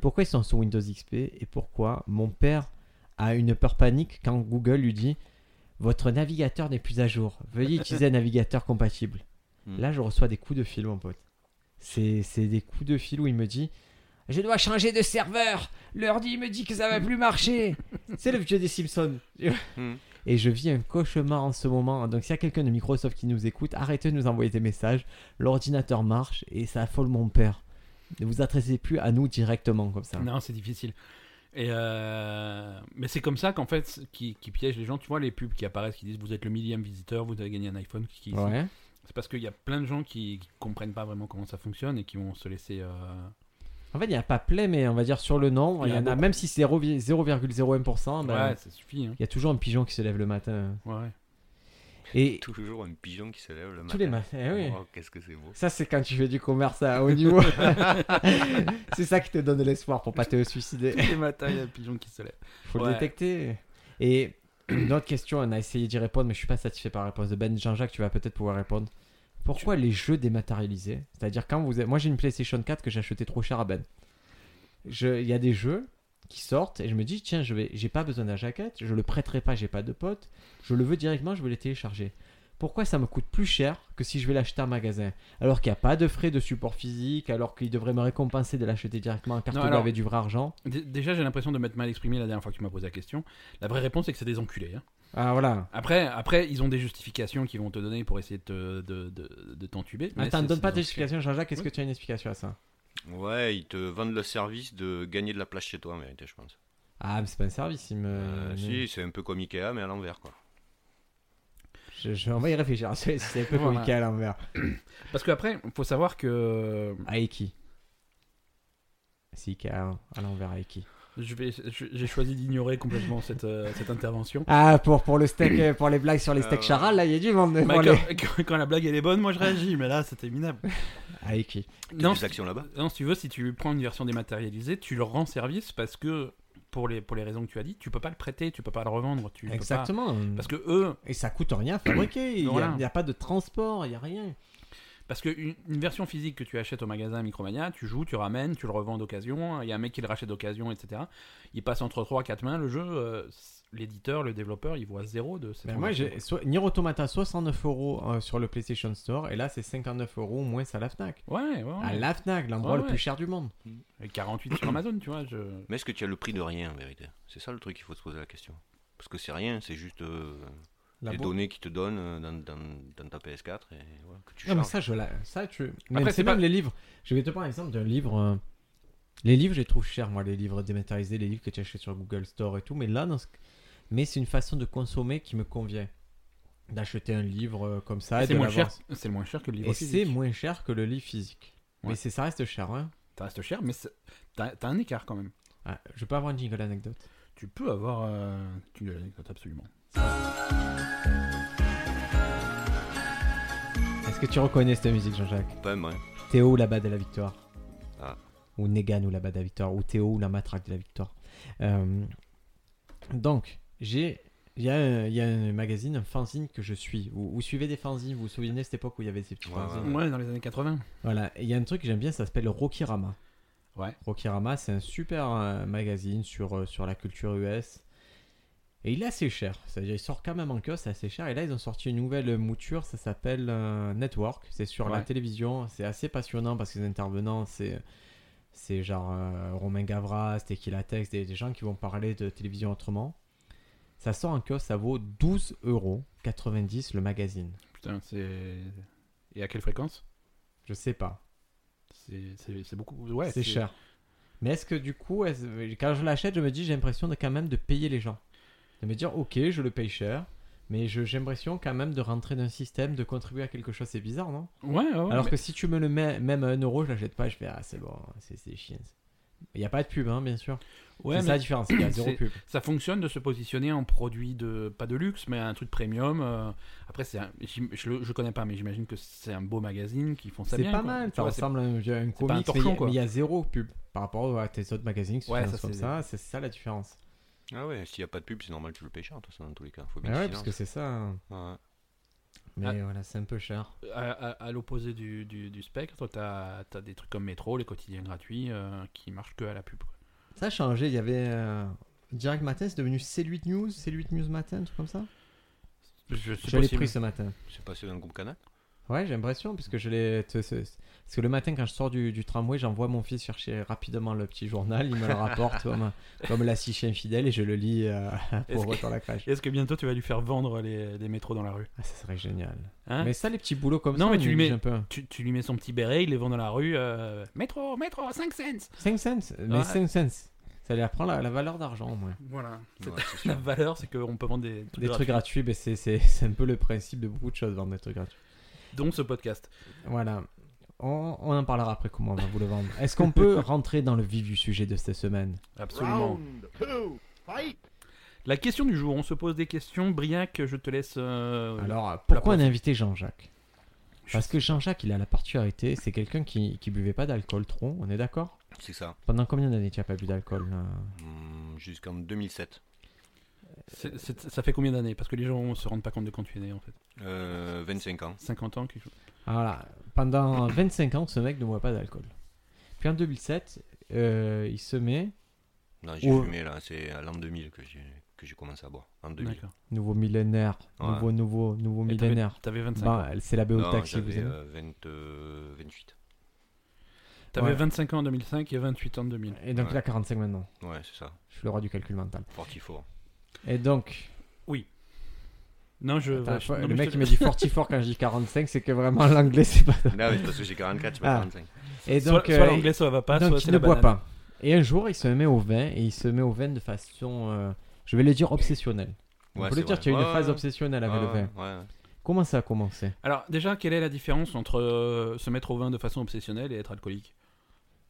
B: Pourquoi ils sont sous Windows XP Et pourquoi mon père a une peur panique quand Google lui dit Votre navigateur n'est plus à jour. Veuillez utiliser un navigateur compatible.
C: Hmm.
B: Là, je reçois des coups de fil, mon pote. C'est c'est des coups de fil où il me dit Je dois changer de serveur. L'ordi me dit que ça va plus marcher. C'est le vieux des Simpsons.
C: Hmm.
B: Et je vis un cauchemar en ce moment. Donc, s'il y a quelqu'un de Microsoft qui nous écoute, arrêtez de nous envoyer des messages. L'ordinateur marche et ça affole mon père. Ne vous adressez plus à nous directement comme ça.
A: non, c'est difficile. Et euh, mais c'est comme ça qu'en fait, c'est- qui, qui piège les gens. Tu vois les pubs qui apparaissent, qui disent vous êtes le millième visiteur, vous avez gagné un iPhone. qui- qui-
B: Ouais.
A: C'est parce qu'il y a plein de gens qui, qui comprennent pas vraiment comment ça fonctionne et qui vont se laisser. euh,
B: En fait, il n'y a pas play, mais on va dire sur le nombre, il y en a, même si c'est 0,01%, ben,
A: Ouais, ça suffit. hein.
B: il y a toujours un pigeon qui se lève le matin.
A: Ouais.
B: Et
C: Toujours un pigeon qui se lève le matin.
B: tous les matins, eh oui.
C: Oh, qu'est-ce que c'est beau.
B: Ça, c'est quand tu fais du commerce à haut niveau. c'est ça qui te donne l'espoir pour pas te suicider.
A: Tous les matins, il y a un pigeon qui se lève.
B: Faut
A: Ouais.
B: le détecter. Et une autre question, on a essayé d'y répondre, mais je suis pas satisfait par la réponse de Ben. Jean-Jacques, tu vas peut-être pouvoir répondre. Pourquoi les jeux dématérialisés C'est-à-dire quand vous êtes- Moi, j'ai une PlayStation 4 que j'ai acheté trop cher à Ben. Je- Il y a des jeux qui sortent et je me dis tiens, je vais, j'ai pas besoin de la jaquette, je le prêterai pas, j'ai pas de pote, je le veux directement, je vais les télécharger. Pourquoi ça me coûte plus cher que si je vais l'acheter en magasin Alors qu'il n'y a pas de frais de support physique, alors qu'il devrait me récompenser de l'acheter directement en carte
A: Non, alors-
B: avec du vrai argent.
A: Dé- Déjà, j'ai l'impression de m'être mal exprimé la dernière fois que tu m'as posé la question. La vraie réponse, c'est que c'est des enculés. hein.
B: Ah voilà.
A: Après, après, ils ont des justifications qu'ils vont te donner pour essayer de, te- de, de, de t'entuber. mais
B: Attends,
A: c'est-
B: donne
A: c'est
B: pas tes
A: des enculés.
B: explications, Jean-Jacques. Est-ce que tu as une explication à ça
C: Ouais, ils te vendent le service de gagner de la place chez toi en vérité, je pense.
B: Ah, mais c'est pas un service. Il me...
C: Euh,
B: me-
C: Si, c'est un peu comme Ikea, mais à l'envers quoi.
B: Je, je- on va y réfléchir. C'est c'est un peu
A: Voilà.
B: compliqué à l'envers.
A: Parce qu'après, faut savoir que
B: Aiki. Si, à à l'envers, Aiki.
A: je vais- je- j'ai choisi d'ignorer complètement cette, euh, cette intervention.
B: Ah, pour, pour le steak, euh, pour les blagues sur les
C: Ah
B: steaks
C: ouais.
B: charal, là, il y a du monde.
A: Bah,
B: pour
A: quand,
B: les-
A: quand- quand la blague elle est bonne, moi je réagis, mais là c'était minable.
B: Aiki.
A: Non,
C: des
A: si-
C: actions là-bas
A: non, si tu veux, si tu prends une version dématérialisée, tu leur rends service parce que pour les, pour les raisons que tu as dit, tu peux pas le prêter, tu peux pas le revendre, tu peux pas-
B: Exactement.
A: Parce que eux,
B: Et ça coûte rien à fabriquer. Il n'y
A: Voilà.
B: a, pas de transport, il n'y a rien.
A: Parce qu'une une version physique que tu achètes au magasin Micromania, tu joues, tu ramènes, tu le revends d'occasion, il y a un mec qui le rachète d'occasion, etc. Il passe entre 3-4 mains le jeu, euh, c- l'éditeur, le développeur, il voit zéro de cette
B: Ben, moi,
A: transaction.
B: j'ai so- Nier Automata 69 euros euh, sur le PlayStation Store, et là, c'est 59 euros moins à la Fnac.
A: Ouais, ouais, ouais.
B: À la Fnac, l'endroit
A: Ouais,
B: le
A: ouais.
B: plus cher du monde.
A: Et 48 sur Amazon, tu vois. Je...
C: Mais est-ce que tu as le prix de rien en vérité C'est ça le truc qu'il faut se poser la question. Parce que c'est rien, c'est juste euh,
B: La
C: les
B: boîte.
C: données qu'ils te donnent euh, dans, dans- dans ta PS4 et voilà, que tu
B: Non, mais
C: charges.
B: ça, je la... ça tu...
A: Après,
B: Même-
A: c'est
B: c'est même
A: pas-
B: les livres. Je vais te prendre l'exemple d'un livre. euh, Les livres, je les trouve chers, moi, les livres dématérialisés, les livres que tu achètes sur Google Store et tout. Mais là, dans ce- mais c'est une façon de consommer qui me convient. D'acheter un livre euh, comme ça. et
A: C'est
B: de
A: moins, cher-
B: l'avoir-
A: c'est moins cher que le livre
B: Et c'est
A: physique.
B: moins cher que le livre physique.
A: Ouais.
B: Mais c'est- ça reste cher. Hein.
A: Ça reste cher, mais c'est- t'as t'as un écart quand même.
B: Ah, je peux avoir une jingle anecdote.
A: Tu peux avoir euh, une anecdote, absolument.
B: Est-ce que tu reconnais cette musique, Jean-Jacques
C: Pas un brin.
B: Théo ou la bas de la victoire.
C: Ah.
B: Ou Negan ou la bas de la victoire. Ou Théo ou la matraque de la victoire. Euh, donc, j'ai. Il y, a un, il y a un magazine, un fanzine que je suis. Vous, vous suivez des fanzines, vous vous souvenez de cette époque où il y avait ces petits
C: Ouais,
B: fanzines
C: ouais.
A: Ouais, dans les années 80.
B: Voilà, Et il y a un truc que j'aime bien, ça s'appelle Rokirama.
A: Ouais.
B: Rokirama, c'est un super euh, magazine sur, euh, sur la culture US. Et il est assez cher, c'est-à-dire il sort quand même en kiosque, c'est assez cher. Et là, ils ont sorti une nouvelle mouture, ça s'appelle euh, Network. C'est sur la
A: Ouais.
B: télévision, c'est assez passionnant parce que les intervenants, c'est c'est genre euh, Romain Gavras, Tequila Tex, des, des gens qui vont parler de télévision autrement. Ça sort en kiosque, ça vaut 12,90€ le magazine.
A: Putain, c'est. Et à quelle fréquence
B: Je sais pas,
A: C'est c'est- c'est beaucoup. Ouais,
B: c'est cher. Mais est-ce que du coup, est-ce- quand je l'achète, je me dis j'ai l'impression de quand même de payer les gens. De me dire ok, je le paye cher, mais je- j'ai l'impression quand même de rentrer dans un système, de contribuer à quelque chose. C'est bizarre, non
A: Ouais, ouais, ouais,
B: Alors
A: mais-
B: que si tu me le mets même à 1 euro, je l'achète pas, je fais ah c'est bon, c'est c'est chiant. Il n'y a pas de pub, hein, bien sûr.
A: ouais,
B: c'est
A: mais
B: ça la différence, il y a zéro
A: c'est-
B: pub.
A: ça fonctionne de se positionner en produit de pas de luxe mais un truc premium euh, après c'est un- j'im- je, le- je connais pas mais j'imagine que c'est un beau magazine qui font ça
B: C'est
A: bien
B: pas
A: quoi.
B: mal,
A: Tu
B: ça
A: vois, c'est-
B: ressemble à un, à
A: pas un
B: un comics, mais il
A: torchon,
B: y a-
A: quoi.
B: mais il y a zéro pub par rapport à tes autres magazines qui se
A: Ouais,
B: financent
A: ça,
B: comme
A: c'est-
B: ça. C'est ça la différence.
C: Ah ouais, s'il n'y a pas de pub, c'est normal que tu le payes cher, toi, ça, dans tous les cas. Faut bien
B: Mais Ah ouais,
C: qu'il
B: parce
C: lance.
B: que c'est ça. hein.
C: Ouais.
B: Mais
A: Ah.
B: voilà, c'est un peu cher.
A: à, à- à l'opposé du, du, du spectre t'as as des trucs comme métro les quotidiens gratuits euh, qui marchent que à la pub quoi.
B: Ça a changé, il y avait. euh, Direct Matin, c'est devenu C8 News, C8 News Matin, un truc comme ça
A: Je- c'est
B: Je l'ai
A: possible.
B: pris ce matin.
C: C'est passé dans le groupe Canal
B: Ouais, j'ai l'impression, parce que je l'ai. te- ce- ce- Parce que le matin, quand je sors du, du tramway, j'envoie mon fils chercher rapidement le petit journal, il me le rapporte comme, comme la scie chien fidèle et je le lis euh,
A: Est-ce
B: pour
A: que-
B: retour à la crèche.
A: Est-ce que bientôt tu vas lui faire vendre les, les métros dans la rue
B: Ah, ça serait génial.
A: Hein
B: mais ça, les petits boulots comme
A: Non,
B: ça,
A: mais
B: on
A: tu lui
B: néglige
A: mets-
B: un peu.
A: tu, tu lui mets son petit béret, il les vend dans la rue. euh, métro, métro, 5 cents
B: 5 cents Mais
A: Ouais.
B: 5 cents Ça lui apprend la, la valeur d'argent au moins.
A: Voilà. C'est-
C: Ouais, c'est sûr.
A: La valeur, c'est qu'on peut vendre des trucs,
B: Des trucs
A: gratuits,
B: gratuits, mais c'est- c'est c'est un peu le principe de beaucoup de choses, vendre des trucs gratuits.
A: dont ce podcast.
B: Voilà. On, on en parlera après comment on va vous le vendre. Est-ce qu'on peut rentrer dans le vif du sujet de cette semaine
A: Absolument. La question du jour, on se pose des questions. Briac, je te laisse. euh,
B: Alors, pourquoi on
A: pause.
B: a invité Jean-Jacques
A: Je
B: Parce que Jean-Jacques, il a la particularité, c'est quelqu'un qui, qui buvait pas d'alcool trop, on est d'accord
C: C'est ça.
B: Pendant combien d'années tu n'as pas bu d'alcool euh là
C: Hmm, Jusqu'en 2007.
A: c'est- c'est- ça fait combien d'années Parce que les gens se rendent pas compte de quand tu es né en fait.
C: Euh, 25 ans.
A: 50 ans, quelque chose.
B: Ah, Voilà, pendant 25 ans, ce mec ne boit pas d'alcool. Puis en 2007, euh, il se met,
C: Non, j'ai
B: Ouais.
C: fumé là, c'est à l'an 2000 que j'ai que j'ai commencé à boire. En 2000.
A: D'accord.
B: nouveau millénaire,
C: Ouais.
B: nouveau, nouveau, nouveau
A: Et t'avais-
B: millénaire.
A: T'avais 25 ans.
B: Bah, c'est la
C: Non,
B: Béotax si
C: j'avais,
B: vous aimez.
C: euh, 20, euh, 28.
A: T'avais
B: ouais.
A: 25 ans en 2005 et 28 ans en 2000.
B: Et donc
C: ouais.
B: il a 45 maintenant,
C: Ouais, c'est ça.
B: je suis le roi du calcul mental.
C: Fortifort.
B: Et donc,
A: Non, je.
B: Attends,
A: je- non,
B: le
A: mais je
B: mec
A: te-
B: il me dit fort quand je dis 45, c'est que vraiment l'anglais c'est pas.
C: non, mais Ah c'est parce que j'ai 44, j'ai pas
B: Ah.
C: 45.
B: Et
A: Soit-
B: donc,
A: soit,
B: euh,
A: l'anglais, soit va pas,
B: donc,
A: soit
B: il
A: c'est la
B: ne boit
A: banane.
B: pas. Et un jour il se met au vin et il se met au vin de façon, euh, je vais le dire obsessionnelle. On
C: Ouais,
B: peut
C: c'est
B: le dire
C: vrai.
B: qu'il y a eu
C: Ouais,
B: une phase
C: ouais.
B: obsessionnelle avec le
C: Ouais,
B: vin.
C: ouais, ouais.
B: Comment ça a commencé
A: Alors, déjà, quelle est la différence entre euh, se mettre au vin de façon obsessionnelle et être alcoolique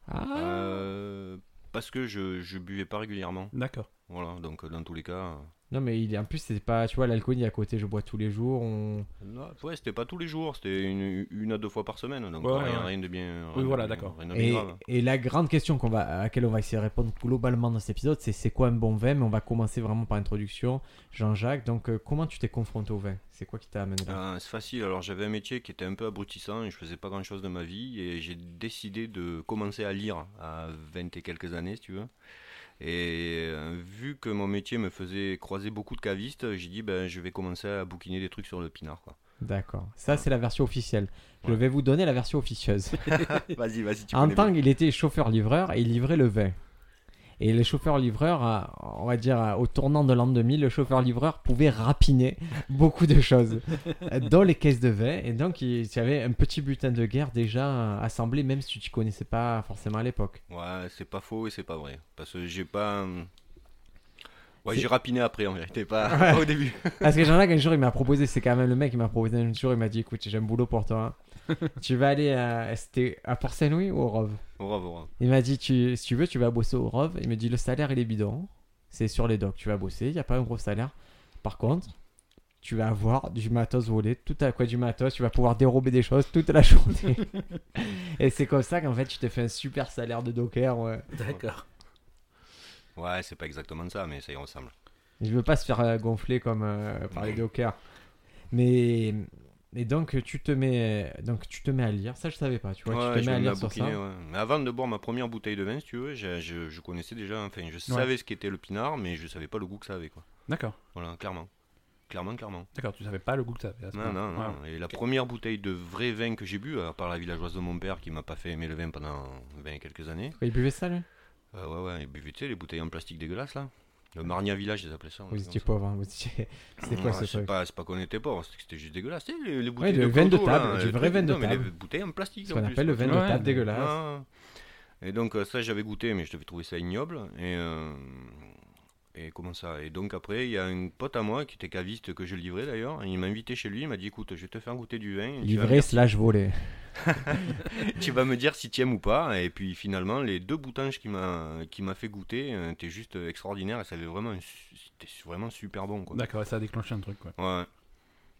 B: Ah,
C: Euh, parce que je, je buvais pas régulièrement.
A: D'accord.
C: Voilà, donc euh, dans tous les cas.
B: non mais il est en plus c'est pas, tu vois l'alcool il est à côté, je bois tous les jours. on-
C: euh, non, ouais, c'était pas tous les jours, c'était une, une à deux fois par semaine. Donc
A: Ouais,
C: rien,
A: ouais.
C: rien de bien.
A: Oui,
C: rien
A: voilà,
C: de bien-
A: d'accord. Ah.
C: Rien de bien
B: Et,
C: grave.
B: et la grande question qu'on va, à laquelle on va essayer de répondre globalement dans cet épisode, c'est c'est quoi un bon vin Mais on va commencer vraiment par introduction. Jean-Jacques, donc euh, comment tu t'es confronté au vin C'est quoi qui t'a amené là
C: Euh, c'est facile, alors j'avais un métier qui était un peu abrutissant et je faisais pas grand chose de ma vie et j'ai décidé de commencer à lire à 20 et quelques années si tu veux. Et euh, vu que mon métier me faisait croiser beaucoup de cavistes, j'ai dit ben, je vais commencer à bouquiner des trucs sur le pinard. quoi.
B: D'accord. Ça, c'est la version officielle. Je
C: Ouais.
B: vais vous donner la version officieuse.
C: Vas-y, vas-y, tu
B: en
C: connais
B: tant
C: mieux.
B: qu'il était chauffeur-livreur et il livrait le vin. Et les chauffeurs-livreurs, à- on va dire, à- au tournant de l'an 2000, le chauffeur-livreur pouvait rapiner beaucoup de choses, euh, dont les caisses de vin. Et donc, il y avait un petit butin de guerre déjà euh, assemblé, même si tu t'y connaissais pas forcément à l'époque.
C: Ouais, c'est pas faux et c'est pas vrai. Parce que j'ai pas. euh, Ouais,
B: C'est-
C: j'ai rapiné après en vérité, pas,
B: Ouais.
C: pas au début.
B: Parce que Jean-Jacques, un jour, il m'a proposé, c'est quand même le mec, il m'a proposé un jour, il m'a dit, écoute, j'ai un boulot pour toi. hein. tu vas aller à, c'était à Port-Saint-Louis ou au Rove
C: Au revoir, au revoir.
B: Il m'a dit, tu, si tu veux, tu vas bosser au ROV. Il me dit, le salaire, il est bidon. C'est sur les docks. Tu vas bosser, il n'y a pas un gros salaire. Par contre, tu vas avoir du matos volé, tout à quoi du matos. Tu vas pouvoir dérober des choses toute la journée. Et c'est comme ça qu'en fait, tu t'es fait un super salaire de docker. ouais.
A: D'accord.
C: Ouais, c'est pas exactement ça, mais ça y ressemble.
B: Je veux pas se faire euh, gonfler comme euh, par les dockers. Mais. Et donc tu te mets donc tu te mets à lire ça je savais pas tu vois
C: Ouais,
B: tu te
C: je
B: mets à
C: me mets à
B: lire sur ça
C: bouquiner, ouais. Mais avant de boire ma première bouteille de vin, si tu veux, je, je- je connaissais déjà, enfin, je savais ce qu'était le pinard, mais je savais pas le goût que ça avait, quoi.
A: D'accord.
C: Voilà, clairement. Clairement, clairement.
A: D'accord, tu savais pas le goût que ça avait. à ce
C: Non,
A: moment-là.
C: non, non. Et la première bouteille de vrai vin que j'ai bu, à part la villageoise de mon père qui m'a pas fait aimer le vin pendant 20 et quelques années,
B: il buvait ça lui
C: euh, ouais, ouais, il buvait, tu sais, les bouteilles en plastique dégueulasses, là. Le Marnia Village, ils appelaient ça. on
B: vous
C: dit comme
B: étiez
C: ça.
B: pauvre hein, vous étiez c'était
C: Ouais,
B: quoi ce
C: Ah, c'est
B: truc
C: pas, c'est pas qu'on était pauvre, c'était juste dégueulasse. Tu sais, les, les bouteilles
B: le
C: de
B: vin de
C: Clodo, là,
B: table, du
C: les
B: vrai
C: trucs-
B: vin de
C: non, mais les
B: table.
C: bouteilles en plastique.
B: ce
C: en
B: qu'on
C: plus,
B: appelle le
C: quoi.
B: vin de
A: Ouais.
B: table dégueulasse
C: Ah. Et donc euh, ça j'avais goûté mais je devais trouver ça ignoble. Et, euh, et comment ça Et donc après il y a un pote à moi qui était caviste que je livrais d'ailleurs. et Il m'a invité chez lui, il m'a dit écoute je vais te faire goûter du vin. et tu vas me
B: Livré slash volé.
C: tu vas me dire si tu aimes ou pas. Et puis finalement, les deux boutanges qui m'a qui m'a fait goûter euh, étaient juste extraordinaires et ça avait vraiment un su- c'était vraiment super bon quoi.
A: D'accord, et ça a déclenché un truc, quoi.
C: Ouais.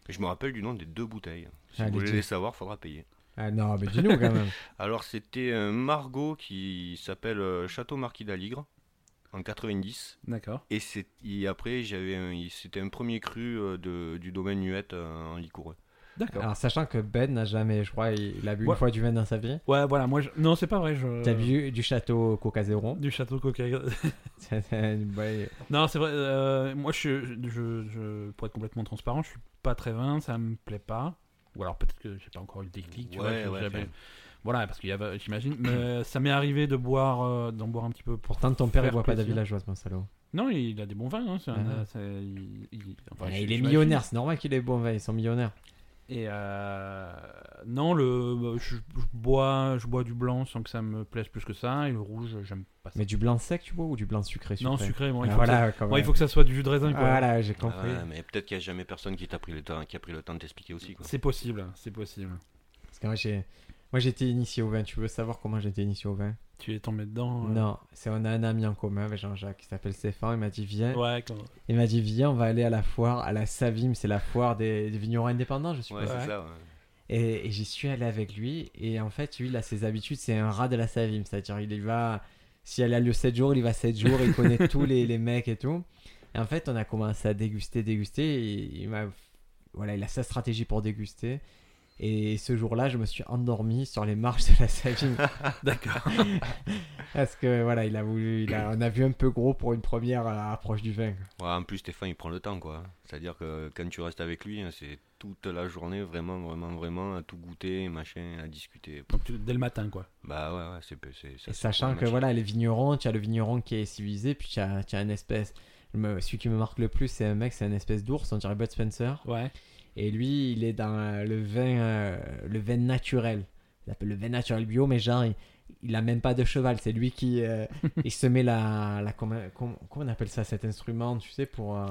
C: Et je me rappelle du nom des deux bouteilles. Si vous
B: Ah, les
C: voulez
B: deux.
C: les savoir, faudra payer.
B: Ah non, mais dis-nous quand même.
C: Alors c'était un Margot qui s'appelle euh, Château Marquis d'Aligre en 90.
A: D'accord.
C: Et, c'est- et après, j'avais un- il- c'était un premier cru euh, de, du domaine Nuette euh, en Licoureux.
A: D'accord.
B: Alors, sachant que Ben n'a jamais, je crois, il, il a bu
A: Ouais. Euh.
B: une fois du vin dans sa vie.
A: Ouais, voilà, moi, je- non, c'est pas vrai. Je...
B: T'as bu du château Cocazéron.
A: du château coca
B: Ouais.
A: non, c'est vrai. euh, moi, je, je, je- pour être complètement transparent, je suis pas très vin, ça me plaît pas. Ou alors peut-être que j'ai pas encore eu le déclic, tu
C: Ouais,
A: vois.
C: ouais,
A: je- j'avais-
C: enfin.
A: Voilà, parce qu'il y avait, j'imagine. Mais ça m'est arrivé de boire, euh, d'en boire un petit peu pour.
B: Pourtant, ton père, il
A: Faire
B: boit pas de
A: plaisir.
B: villageoise, mon salaud.
A: Non, il a des bons vins. Hein, c'est un-
B: Ah.
A: c'est- il, il- enfin,
B: Ouais,
A: je-
B: il est
A: j'imagine.
B: millionnaire, c'est normal qu'il ait bon vin, ils sont millionnaires.
A: Et euh, non, le, bah, je, je bois, je bois du blanc sans que ça me plaise plus que ça, et le rouge, j'aime pas ça.
B: Mais du blanc sec, tu vois, ou du blanc sucré sucré
A: non, sucré, bon,
B: Ah,
A: il, faut que ça,
B: voilà, quand
A: bon, il
B: même.
A: faut que ça soit du jus de raisin. quoi.
B: Voilà, j'ai compris.
C: Ouais, Ah, mais peut-être qu'il n'y a jamais personne qui t'a pris le temps, qui a pris le temps de t'expliquer aussi. Quoi.
A: C'est possible, c'est possible.
B: Parce que moi, j'ai... moi, j'ai été initié au vin. Tu veux savoir comment j'ai été initié au vin
A: Tu es tombé dedans. euh.
B: Non, c'est on a un ami en commun avec Jean-Jacques qui s'appelle Stéphane. Il m'a dit viens.
A: Ouais, quand-
B: Il m'a dit viens, on va aller à la foire, à la Savim, c'est la foire des, des vignerons indépendants, je suppose.
C: Ouais,
A: Ouais.
C: c'est ça. ouais.
B: Et, et j'y suis allé avec lui. Et en fait, lui, il a ses habitudes, c'est un rat de la Savim. C'est-à-dire, il y va. Si elle a lieu 7 jours, il y va 7 jours, il connaît tous les, les mecs et tout. Et en fait, on a commencé à déguster, déguster. Et il m'a. Voilà, il a sa stratégie pour déguster. Et ce jour-là, je me suis endormi sur les marches de la Savim.
A: D'accord.
B: Parce que voilà, il a voulu. Il a, on a vu un peu gros pour une première euh, approche du vin. quoi.
C: Ouais, en plus, Stéphane, il prend le temps, quoi. C'est-à-dire que quand tu restes avec lui, hein, c'est toute la journée, vraiment, vraiment, vraiment, à tout goûter, machin, à discuter.
A: Donc, tu- dès le matin, quoi.
C: Bah ouais, ouais, c'est c'est- ça,
B: Et
C: c'est
B: sachant que
C: problématique.
B: voilà, les vignerons, tu as le vigneron qui est civilisé, puis tu as, tu as une espèce. me- Celui qui me marque le plus, c'est un mec, c'est un espèce d'ours, on dirait Bud Spencer.
A: Ouais.
B: Et lui, il est dans euh, le vin, euh, le vin naturel. Il appelle le vin naturel bio, mais genre, il, il a même pas de cheval. C'est lui qui euh, il se met la, la comment, comment- comment on appelle ça, cet instrument, tu sais, pour euh,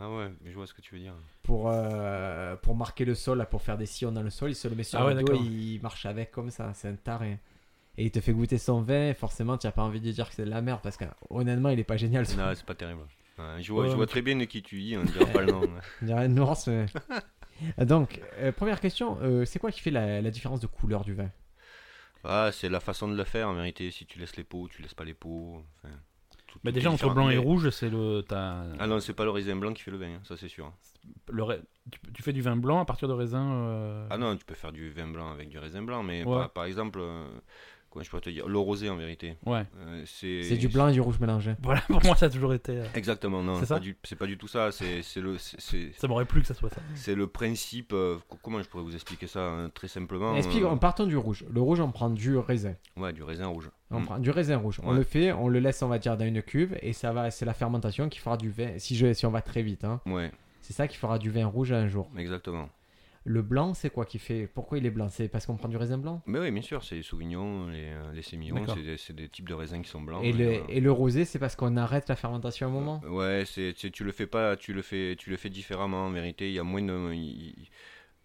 C: Ah ouais, mais je vois ce que tu veux dire.
B: pour euh, pour marquer le sol, là, pour faire des sillons dans le sol. Il se le met sur
A: Ah
B: le
A: ouais,
B: dos,
A: d'accord.
B: il marche avec comme ça. C'est un taré. Et il te fait goûter son vin. et Forcément, tu n'as pas envie de dire que c'est de la merde parce que honnêtement, il est pas génial. ce-
C: Non, c'est pas terrible. Ouais, je vois,
A: Ouais,
C: je vois
A: mais-
C: très bien de qui tu dis, on dira pas le nom.
B: On dirait une ours, mais- Donc, euh, première question, euh, c'est quoi qui fait la, la différence de couleur du vin
C: Ah, c'est la façon de le faire, en vérité. Si tu laisses les pots, tu laisses pas les pots. enfin, tout-
A: Bah,
C: tout
A: déjà,
C: est
A: entre
C: différent.
A: blanc et
C: Mais-
A: rouge, c'est le. t'as-
C: Ah non, c'est pas le raisin blanc qui fait le vin, hein, ça c'est sûr.
A: le rai- tu, tu fais du vin blanc à partir de raisin. euh,
C: Ah non, tu peux faire du vin blanc avec du raisin blanc, mais
A: Ouais.
C: par, par exemple, euh, comment je pourrais te dire, le rosé en vérité.
A: Ouais.
C: Euh, c'est
B: C'est du blanc et du rouge mélangé.
A: Voilà, pour moi, ça a toujours été. euh,
C: Exactement, non,
A: C'est
C: c'est
A: ça
C: pas, du- c'est pas du tout ça, c'est c'est le, c'est- c'est-
A: Ça m'aurait plu que ça soit ça.
C: c'est le principe, euh, co- comment je pourrais vous expliquer ça hein, très simplement
B: Explique,
C: euh,
B: en partant du rouge. Le rouge, on prend du raisin.
C: Ouais, du raisin rouge.
B: On
C: Mm.
B: prend du raisin rouge. On
C: Ouais.
B: le fait, on le laisse, on va dire, dans une cuve et ça va, c'est la fermentation qui fera du vin. Si, je, si on va très vite, hein.
C: Ouais,
B: c'est ça qui fera du vin rouge un jour.
C: exactement.
B: Le blanc, c'est quoi qui fait Pourquoi il est blanc C'est parce qu'on prend du raisin blanc
C: Mais oui, bien sûr, c'est les sauvignons, les, euh, les sémillons,
B: D'accord.
C: c'est des, c'est des types de raisins qui sont blancs. mais,
B: et, le,
C: euh,
B: et le rosé, c'est parce qu'on arrête la fermentation à un moment
C: Ouais, c'est c'est- tu le fais pas, tu le fais, tu le fais différemment en vérité. Il y a moins de, il-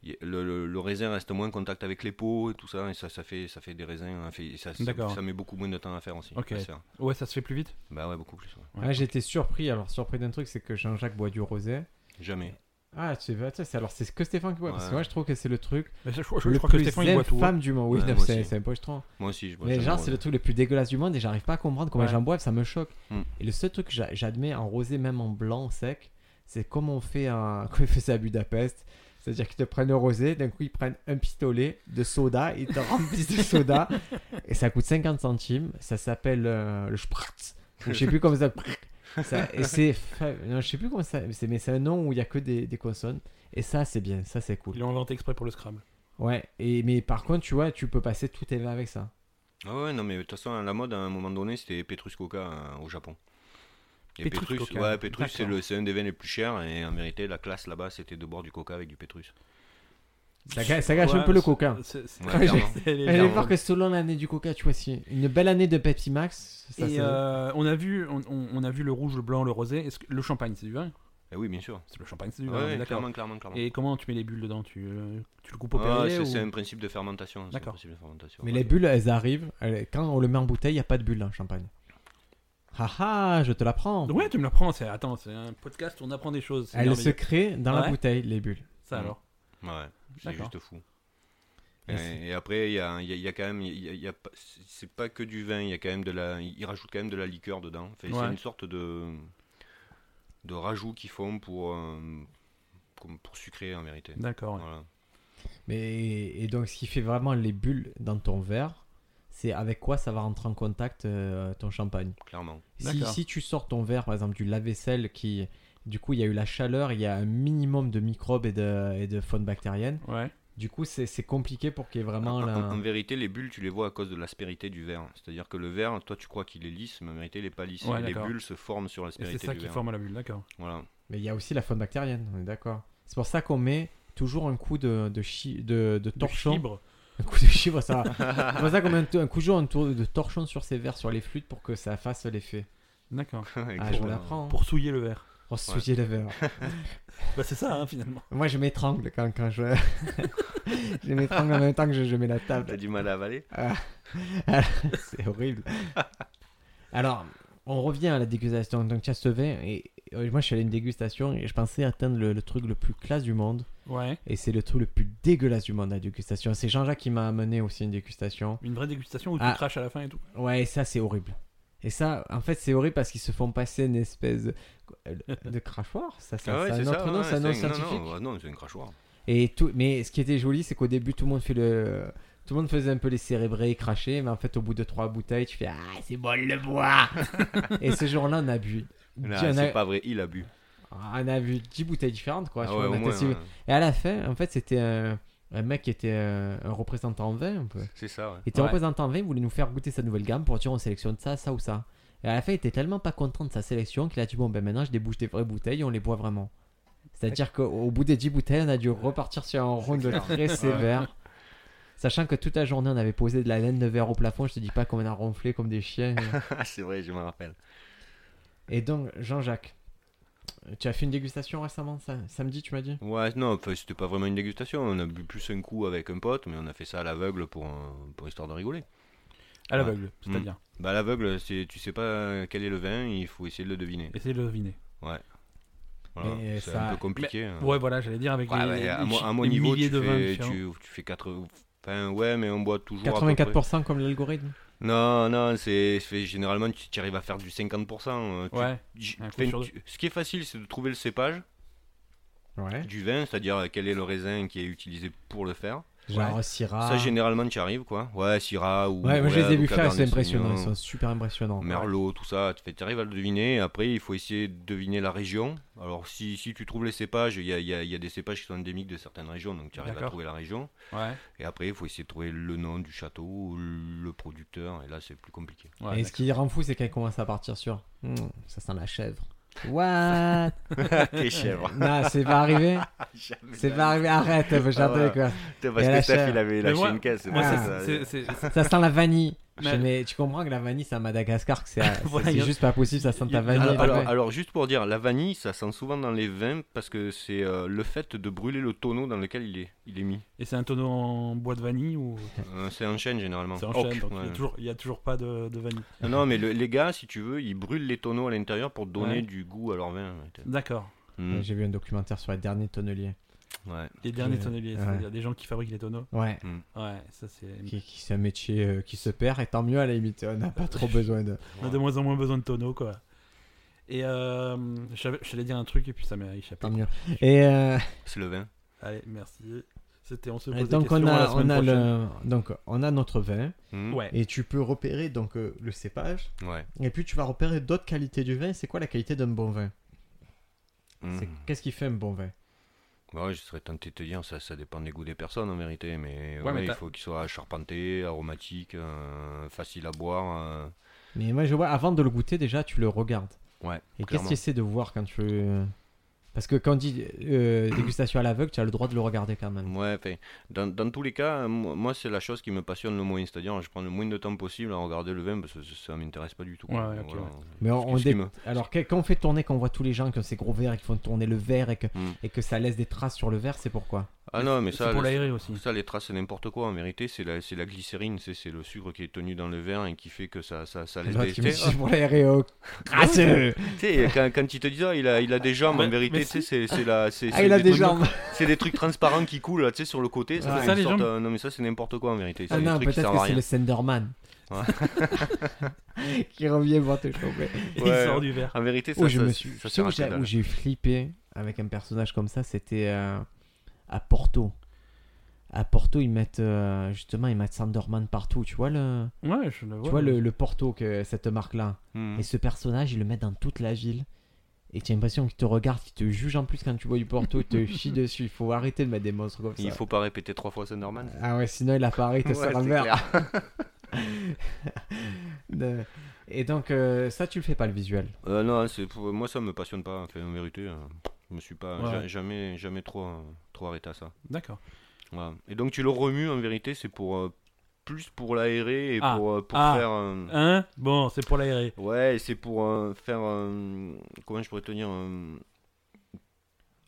C: il- le, le- le raisin reste moins en contact avec les peaux et tout ça, et ça, ça fait, ça fait des raisins, hein, fait- et ça, ça,
A: D'accord.
C: ça met beaucoup moins de temps à faire aussi.
A: Ok.
C: à se faire.
A: Ouais, ça se fait plus vite.
C: Bah ouais, beaucoup plus. ouais.
A: Ouais,
B: Ah, J'étais surpris. Alors, surpris d'un truc, c'est que Jean-Jacques boit du rosé.
C: Jamais.
B: Ah, tu sais, bah, tu sais, c'est- alors c'est que Stéphane qui boit. Parce que
C: Ouais.
B: moi, je trouve que c'est le truc
A: Mais je, je- je
B: le
A: crois que
B: plus
A: Stéphane, il boit tout. hein.
B: infâme du monde. Oui,
C: Ouais,
B: non,
C: moi
B: c'est
C: aussi.
B: c'est un pochetron.
C: Moi aussi, je bois
B: Mais
C: jamais
B: genre,
C: de
B: c'est le
C: raisin.
B: truc le plus dégueulasse du monde et j'arrive pas à comprendre comment
A: Ouais.
B: les gens boivent, ça me choque.
C: Hmm.
B: Et le seul truc que j'a- j'admets en rosé, même en blanc sec, c'est comme on fait un... comme ils faisaient à Budapest. C'est-à-dire qu'ils te prennent le rosé, d'un coup ils prennent un pistolet de soda, ils te remplissent de soda et ça coûte 50 centimes. Ça s'appelle euh, le spritz. Je sais plus comment ça. ça et c'est. fa- non, je sais plus comment ça. c'est- Mais c'est un nom où il y a que des, des consonnes. Et ça, c'est bien, ça c'est cool.
A: Ils l'ont inventé exprès pour le Scrabble.
B: Ouais, et, mais par contre, tu vois, tu peux passer tous tes vins avec ça.
C: Ah ouais, non, mais de toute façon, à la mode, à un moment donné, c'était Petrus Coca hein, au Japon. Et
A: Petrus
C: Petrus,
A: Coca,
C: ouais, Petrus, c'est
A: d'accord.
C: le- c'est un des vins les plus chers, et en vérité, la classe là-bas, c'était de boire du Coca avec du Petrus.
B: Ça, gâ- ça gâche un peu le hein. coca.
A: C'est- c'est-
C: Ouais,
A: c'est-
C: clairement.
A: elle est
B: Allez
A: énorme.
B: voir que selon l'année du coca, tu vois, si une belle année de Pepsi Max, ça,
A: Et
B: ça-
A: euh, on a vu, on, on- on a vu le rouge, le blanc, le rosé. Est-ce que le champagne, c'est du vin
C: Eh oui, bien sûr.
A: C'est le champagne, c'est du
C: Ouais,
A: vin. on est
C: ouais,
A: Ah, D'accord.
C: clairement, clairement, clairement.
A: Et comment tu mets les bulles dedans Tu, euh, tu le coupes au
C: Ah,
A: Perrier
C: c'est
A: ou-
C: c'est un principe de fermentation. c'est un
A: D'accord.
C: principe de fermentation,
B: Mais
C: ouais.
B: les bulles, elles arrivent. elles- Quand on le met en bouteille, il n'y a pas de bulles dans le champagne. Ah ah, je te l'apprends.
A: Ouais, tu me l'apprends. C'est attends, c'est un podcast, où on apprend des choses. c'est
B: Elles se
A: merveilleux.
B: créent dans
A: Ouais.
B: la bouteille, les bulles.
A: Ça alors.
C: Ouais, c'est
A: D'accord.
C: juste fou.
B: Et
C: Et,
B: c'est-
C: et après, il y a, il y a- il y a quand même, il y a- il y a pas- c'est c'est pas que du vin, il y a quand même de la, ils rajoutent quand même de la liqueur dedans. Enfin,
A: Ouais.
C: C'est une sorte de, de rajout qu'ils font pour, euh, comme pour sucrer en vérité.
A: D'accord. ouais.
C: Voilà.
B: Mais et donc, ce qui fait vraiment les bulles dans ton verre, c'est avec quoi ça va rentrer en contact euh, ton champagne.
C: clairement.
B: Si,
A: D'accord.
B: si tu sors ton verre, par exemple, du lave-vaisselle qui, du coup, il y a eu la chaleur, il y a un minimum de microbes et de, et de faune bactérienne.
A: Ouais.
B: Du coup, c'est c'est compliqué pour qu'il y ait vraiment
C: En-
B: la...
C: en, en vérité, les bulles, tu les vois à cause de l'aspérité du verre. C'est-à-dire que le verre, toi, tu crois qu'il est lisse, mais en vérité, il est pas lisse.
A: Ouais,
C: Et les
A: d'accord.
C: bulles se forment sur
A: Et c'est
C: l'aspérité
A: ça
C: du
A: qui
C: verre.
A: forme la bulle, d'accord.
C: Voilà.
B: Mais il y a aussi la faune bactérienne, on est d'accord. C'est pour ça qu'on met toujours un coup de, de, chi- de,
A: De
B: de torchon.
A: fibre.
B: Un coup de chibre, ça va. c'est pour ça qu'on met un, t- un coup de jour, un tour de torchon sur ses verres, sur les flûtes pour que ça fasse l'effet.
A: D'accord.
B: Ah, je vous
C: Exactement.
B: l'apprends. hein.
A: Pour souiller le verre.
B: Pour se souiller les verres.
A: Bah c'est ça hein, finalement.
B: Moi, je m'étrangle quand, quand je. je m'étrangle en même temps que je, je mets la table.
C: T'as du mal à avaler
B: C'est horrible. Alors, on revient à la dégustation. Donc, tu as ce vin et et moi, je suis allé à une dégustation et je pensais atteindre le, le truc le plus classe du monde.
A: Ouais.
B: Et c'est le truc le plus dégueulasse du monde, la dégustation. C'est Jean-Jacques qui m'a amené aussi une dégustation.
A: Une vraie dégustation où tu
B: Ah.
A: craches à la fin et tout.
B: Ouais, et ça, c'est horrible. Et ça, en fait, c'est horrible parce qu'ils se font passer une espèce de, de crachoir. Ça, ça,
C: Ah ouais,
B: ça a un
C: c'est
B: autre
C: ça.
B: nom,
C: ouais,
B: c'est un nom
C: un-
B: scientifique.
C: Non, non, ah non, c'est un crachoir.
B: Et tout, mais ce qui était joli, c'est qu'au début, tout le monde fait le, tout le monde faisait un peu les cérébrés, cracher, mais en fait, au bout de trois bouteilles, tu fais ah c'est bon le bois. et ce jour-là, on a bu,
C: Non,
B: on,
C: c'est
B: a,
C: pas vrai, il a bu.
B: on a bu dix bouteilles différentes, quoi.
C: Ah
B: Tu
C: ouais,
B: vois, on
C: au
B: a
C: moins,
B: testé-
C: ouais.
B: Et à la fin, en fait, c'était un, un mec qui était un, un représentant en vin, un peu.
C: C'est ça, ouais.
B: Il était
A: Ouais.
B: représentant en vin, il voulait nous faire goûter sa nouvelle gamme pour dire on sélectionne ça, ça ou ça. Et à la fin, il était tellement pas content de sa sélection qu'il a dit bon, ben maintenant je débouche des vraies bouteilles et on les boit vraiment. C'est-à-dire qu'au au bout des 10 bouteilles, on a dû repartir sur un round
C: clair.
B: très sévère. Sachant que toute la journée, on avait posé de la laine de verre au plafond, je te dis pas qu'on a ronflé comme des chiens.
C: Ah, c'est vrai, je me rappelle.
B: Et donc, Jean-Jacques, tu as fait une dégustation récemment, ça, samedi, tu m'as dit
C: Ouais, non, enfin, c'était pas vraiment une dégustation. On a bu plus un coup avec un pote, mais on a fait ça à l'aveugle pour, euh, pour histoire de rigoler.
A: À
C: Ouais.
A: l'aveugle, c'est-à-dire.
C: Bah, à l'aveugle, c'est- tu sais pas quel est le vin, il faut essayer de le deviner.
A: Essayez de le deviner.
C: Voilà,
B: Mais
C: c'est
B: ça-
C: un peu compliqué. hein.
A: Ouais, voilà, j'allais dire avec
C: Ouais,
A: les,
C: mais
A: les
C: à, mon-
A: chi-
C: à mon
A: les
C: niveau,
A: milliers
C: tu
A: de vins
C: fais,
A: différents.
C: tu, tu fais 4. Enfin, ouais, mais on boit toujours. à peu près.
B: 84% comme l'algorithme
C: Non, non, c'est c'est- généralement, tu tu arrives à faire du 50%. euh, tu-
A: Ouais.
C: j-
A: un coup
C: enfin,
A: sur
C: tu- ce qui est facile, c'est de trouver le cépage
B: Ouais.
C: du vin, c'est-à-dire euh, quel est le raisin qui est utilisé pour le faire.
B: Genre oh, Syrah.
C: Ça, généralement, tu arrives, quoi. Ouais, Syrah ou.
B: Ah. Ouais, moi je les ai
C: Mourlève ou
B: vus faire, c'est
C: Cabernet
B: impressionnant, ils
C: Sauvignon.
B: sont super impressionnants.
C: Merlot, tout ça, tu arrives à le deviner. et Après, il faut essayer de deviner la région. Alors, si, si tu trouves les cépages, il y a, il y a- il y a des cépages qui sont endémiques de certaines régions, donc tu arrives à
A: D'accord.
C: trouver la région.
A: Ouais.
C: Et après, il faut essayer de trouver le nom du château, le producteur, et là, c'est plus compliqué.
A: ouais
B: et ce qui rend fou, c'est qu'elle commence à partir sur Hmm, ça sent la chèvre. What
C: T'es chèvre.
B: Non, c'est pas arrivé. C'est pas arrivé. Arrête, j'adore
C: ouais.
B: quoi.
C: Parce
B: Et la
C: que Steph,
B: chèvre.
C: il avait
A: Mais
C: lâché
A: moi-
C: une caisse. c'est
A: Moi,
C: pour
B: Ah.
C: ça.
A: c'est- c'est- c'est-
B: Ça sent la vanille. Je
A: Mais-
B: fais, Mais tu comprends que la vanille, c'est à Madagascar, que c'est à- c'est-
A: Voilà,
B: c'est
A: y a-
B: juste pas possible, ça sent
A: y a-
B: ta vanille.
C: Alors,
B: après.
C: alors- alors, juste pour dire, la vanille, ça sent souvent dans les vins parce que c'est euh, le fait de brûler le tonneau dans lequel il est, il est mis.
A: Et c'est un tonneau en bois de vanille ou
C: Euh, c'est en chaîne généralement.
A: c'est en chêne
C: Oak,
A: donc il y
C: ouais.
A: a toujours- il n'y a, toujours pas de, de vanille.
C: Non, non, mais le- les gars, si tu veux, ils brûlent les tonneaux à l'intérieur pour donner
A: Ouais.
C: du goût à leur vin.
A: D'accord.
C: Mm.
B: J'ai vu un documentaire sur les derniers tonneliers.
C: Ouais.
A: Les derniers
B: Je-
A: tonneliers,
B: ouais.
A: c'est-à-dire des gens qui fabriquent les tonneaux.
B: Ouais.
A: Ouais, ça c'est.
B: Qui, qui- c'est un métier euh, qui se perd, et tant mieux à la limite, on n'a pas trop besoin de.
A: On a de moins en moins besoin de tonneaux quoi. Et euh, je savais- je t'allais dire un truc et puis ça m'a échappé.
B: Tant mieux. Et. euh,
C: C'est le vin.
A: Allez, merci. C'était on se
B: Et
A: pose
B: donc
A: des
B: on
A: questions à
B: a,
A: la
B: on
A: semaine
B: a
A: prochaine.
B: le, donc on a notre vin
C: Mm.
A: Ouais.
B: et tu peux repérer donc euh, le cépage
C: Ouais.
B: et puis tu vas repérer d'autres qualités du vin. C'est quoi la qualité d'un bon vin
C: Mm.
B: C'est- Qu'est-ce qui fait un bon vin
C: Ouais, je serais tenté de te dire, ça, ça dépend des goûts des personnes en vérité, mais,
A: Ouais,
C: ouais,
A: mais
C: il
A: t'as-
C: faut qu'il soit charpenté, aromatique, euh, facile à boire. euh,
B: Mais moi je vois avant de le goûter déjà tu le regardes.
C: Ouais.
B: Et qu'est-ce
C: clairement.
B: que tu essaies de voir quand tu euh, Parce que quand on dit euh, dégustation à l'aveugle, tu as le droit de le regarder quand même.
C: Ouais, enfin, dans, dans tous les cas, euh, moi, moi, c'est la chose qui me passionne le moins. C'est-à-dire, je prends le moins de temps possible à regarder le vin parce que ça ne m'intéresse pas du tout. quoi.
A: Ouais, ok, ouais.
B: Mais
C: Ce
B: on,
C: qui-
B: on
C: ce qui
B: dé-
C: me-
B: Alors que- quand on fait tourner, qu'on voit tous les gens qui ont ces gros verres et qui font tourner le verre et que,
C: Mm.
B: et que ça laisse des traces sur le verre, c'est pourquoi
C: Ah non, mais ça,
A: C'est pour
C: le-
A: l'aérer aussi.
C: ça, les traces, c'est n'importe quoi. En vérité, c'est la, c'est la glycérine, c'est c'est le sucre qui est tenu dans le verre et qui fait que ça, ça, ça laisse
B: L'autre
C: des-
B: qui Ah, me
C: tu
B: dit,
C: sais,
B: pour l'aérer au crasseux.
C: ah, tu sais, quand, quand il te dit ça, il a, il a des jambes.
A: Ouais,
C: en vérité,
A: mais
C: tu sais, c'est c'est la- c'est-
B: Ah,
C: c'est
B: il a
C: des
B: des
C: trucs-
B: jambes.
C: C'est des trucs transparents qui coulent, là, tu sais, sur le côté.
B: Ah,
C: Ça,
A: ça,
C: c'est
A: les
C: une sorte,
A: jambes
C: euh, Non, mais ça, c'est n'importe quoi en vérité. C'est
B: Ah
C: des
B: non,
C: trucs qui
B: peut-être
C: servent à
B: que c'est
C: rien.
B: le Senderman. qui revient voir te choper.
A: Il
C: Ouais.
A: sort du verre.
C: En vérité, ça,
B: Où Oh, je
C: ça-
B: me suis.
C: ça
B: tu sais
C: sert
B: où
C: à
B: j'ai-
C: que dalle.
B: où j'ai flippé avec un personnage comme ça, c'était euh, à Porto. À Porto, ils mettent euh, justement ils mettent Sanderman partout. Tu vois le,
A: Ouais, je le vois.
B: tu vois le, le Porto que cette marque là.
C: Mhm.
B: Et ce personnage, ils le mettent dans toute la ville. Et tu as l'impression qu'il te regarde, qu'il te juge en plus quand tu vois du Porto, il te chie dessus. Il faut arrêter de mettre des monstres comme ça.
C: Il faut pas répéter trois fois Sunderman.
B: Ah ouais, sinon il apparaît, il te
C: Ouais,
B: sert un
C: c'est
B: verre. De- Et donc, euh, ça, tu le fais pas le visuel.
C: Euh, non, c'est pour- moi ça me passionne pas. Enfin, en vérité, euh, je me suis pas
A: Ouais.
C: ja- jamais jamais trop euh, trop arrêté à ça.
A: D'accord.
C: Voilà. Et donc tu le remues en vérité, c'est pour euh, plus pour l'aérer et
A: Ah.
C: pour euh, pour
A: Ah.
C: faire. euh,
A: Hein Bon, c'est pour l'aérer.
C: Ouais, et c'est pour euh, faire euh, comment je pourrais te dire euh,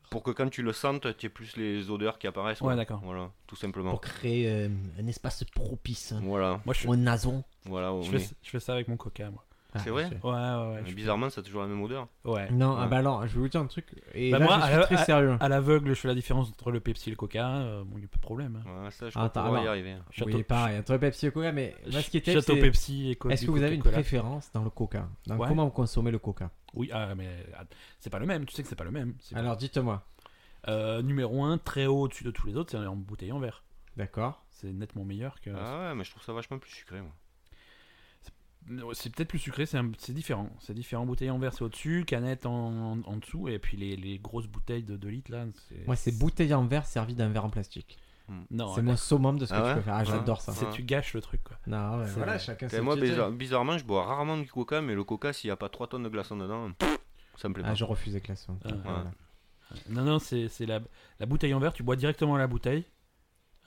C: pour que quand tu le sentes, tu aies plus les odeurs qui apparaissent. quoi.
A: Ouais, d'accord.
C: Voilà, tout simplement.
B: Pour créer euh, un espace propice
C: Voilà,
A: Moi, je,
B: pour un nason. Ah,
C: voilà. on
A: je, fais,
C: est-
A: je fais ça avec mon coca, moi.
C: C'est vrai
A: Ouais, ouais, ouais.
C: Mais
A: je-
C: Bizarrement, ça a toujours la même odeur.
A: ouais.
B: Non, ah
C: Ouais.
B: bah alors, je vais vous dire un truc. Et
A: Bah
B: là,
A: moi, ah,
B: je suis
A: à-
B: très
A: à-
B: sérieux.
A: À l'aveugle, je fais la différence entre le Pepsi et le coca. euh, bon, il n'y a pas de problème. hein.
C: Ouais, ça, je
B: Attends,
C: crois qu'on va y
B: alors.
C: arriver.
B: Oui, pareil, entre Pepsi et Coca, mais là, Bah, ce qui était.
A: Château
B: c'est-
A: Pepsi et Coca.
B: Est-ce que vous avez une préférence dans le Coca Dans
A: Ouais.
B: comment vous consommez le Coca
A: Oui, ah, mais ah, c'est pas le même. Tu sais que c'est pas le même. c'est pas-
B: Alors, dites-moi.
A: Euh, numéro 1, très haut au-dessus de tous les autres, c'est en bouteille en verre.
B: D'accord.
A: C'est nettement meilleur que.
C: Ah ouais, mais je trouve ça vachement plus sucré. Moi.
A: Ouais, C'est peut-être plus sucré, c'est un- c'est différent. C'est différent. Bouteille en verre, c'est au-dessus, canette en, en dessous, et puis les, les grosses bouteilles de 2 litres là.
B: Moi, c'est bouteille en verre servie d'un verre en plastique.
A: Non,
B: c'est mon summum de ce que
C: Ah
B: tu
C: ouais
B: peux faire. Ah,
C: Ouais.
B: j'adore ça.
A: c'est- tu gâches le truc quoi.
B: Non, ouais,
A: C'est-
B: voilà, chacun
C: T'sais,
B: ses
C: moi,
B: petits
C: bizar-
B: trucs.
C: bizarrement, je bois rarement du coca, mais le coca, s'il n'y a pas 3 tonnes de glaçons dedans, pff, ça me plaît
B: Ah,
C: pas.
B: je refuse les glaçons.
A: Ah,
B: Donc,
C: ouais.
B: voilà.
A: Non, non, c'est c'est la, la bouteille en verre, tu bois directement la bouteille.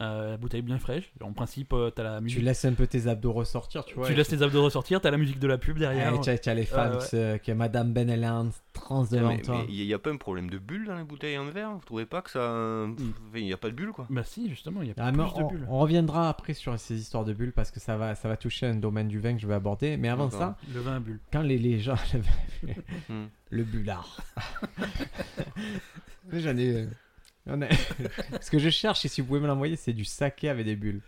A: Euh, la bouteille bien fraîche. En principe, euh, t'as la
B: Tu
A: musique.
B: laisses un peu tes abdos ressortir, tu
A: Tu,
B: vois.
A: laisses tes abdos ressortir, t'as la musique de la pub derrière.
B: Ah, et t'as- t'as les fans
A: Ouais, ouais.
B: euh, que Madame Beneland transe
C: Ah,
B: devant
C: mais
B: toi.
C: il n'y a pas un problème de bulle dans les bouteilles en verre Vous trouvez pas que ça.
B: Mm.
C: Il n'y a pas de bulle, quoi.
A: Bah si, justement, il y a
B: Ah, mais
A: plus
B: on,
A: de bulles.
B: on reviendra après sur ces histoires de bulles parce que ça va, ça va toucher un domaine du vin que je vais aborder. Mais avant
C: D'accord.
B: ça,
A: Le vin à bulles.
B: quand les, les gens.
C: Hmm.
B: Le bullard. J'en ai. euh, j'en ai- Ce que je cherche, et si vous pouvez me l'envoyer, c'est du saké avec des bulles.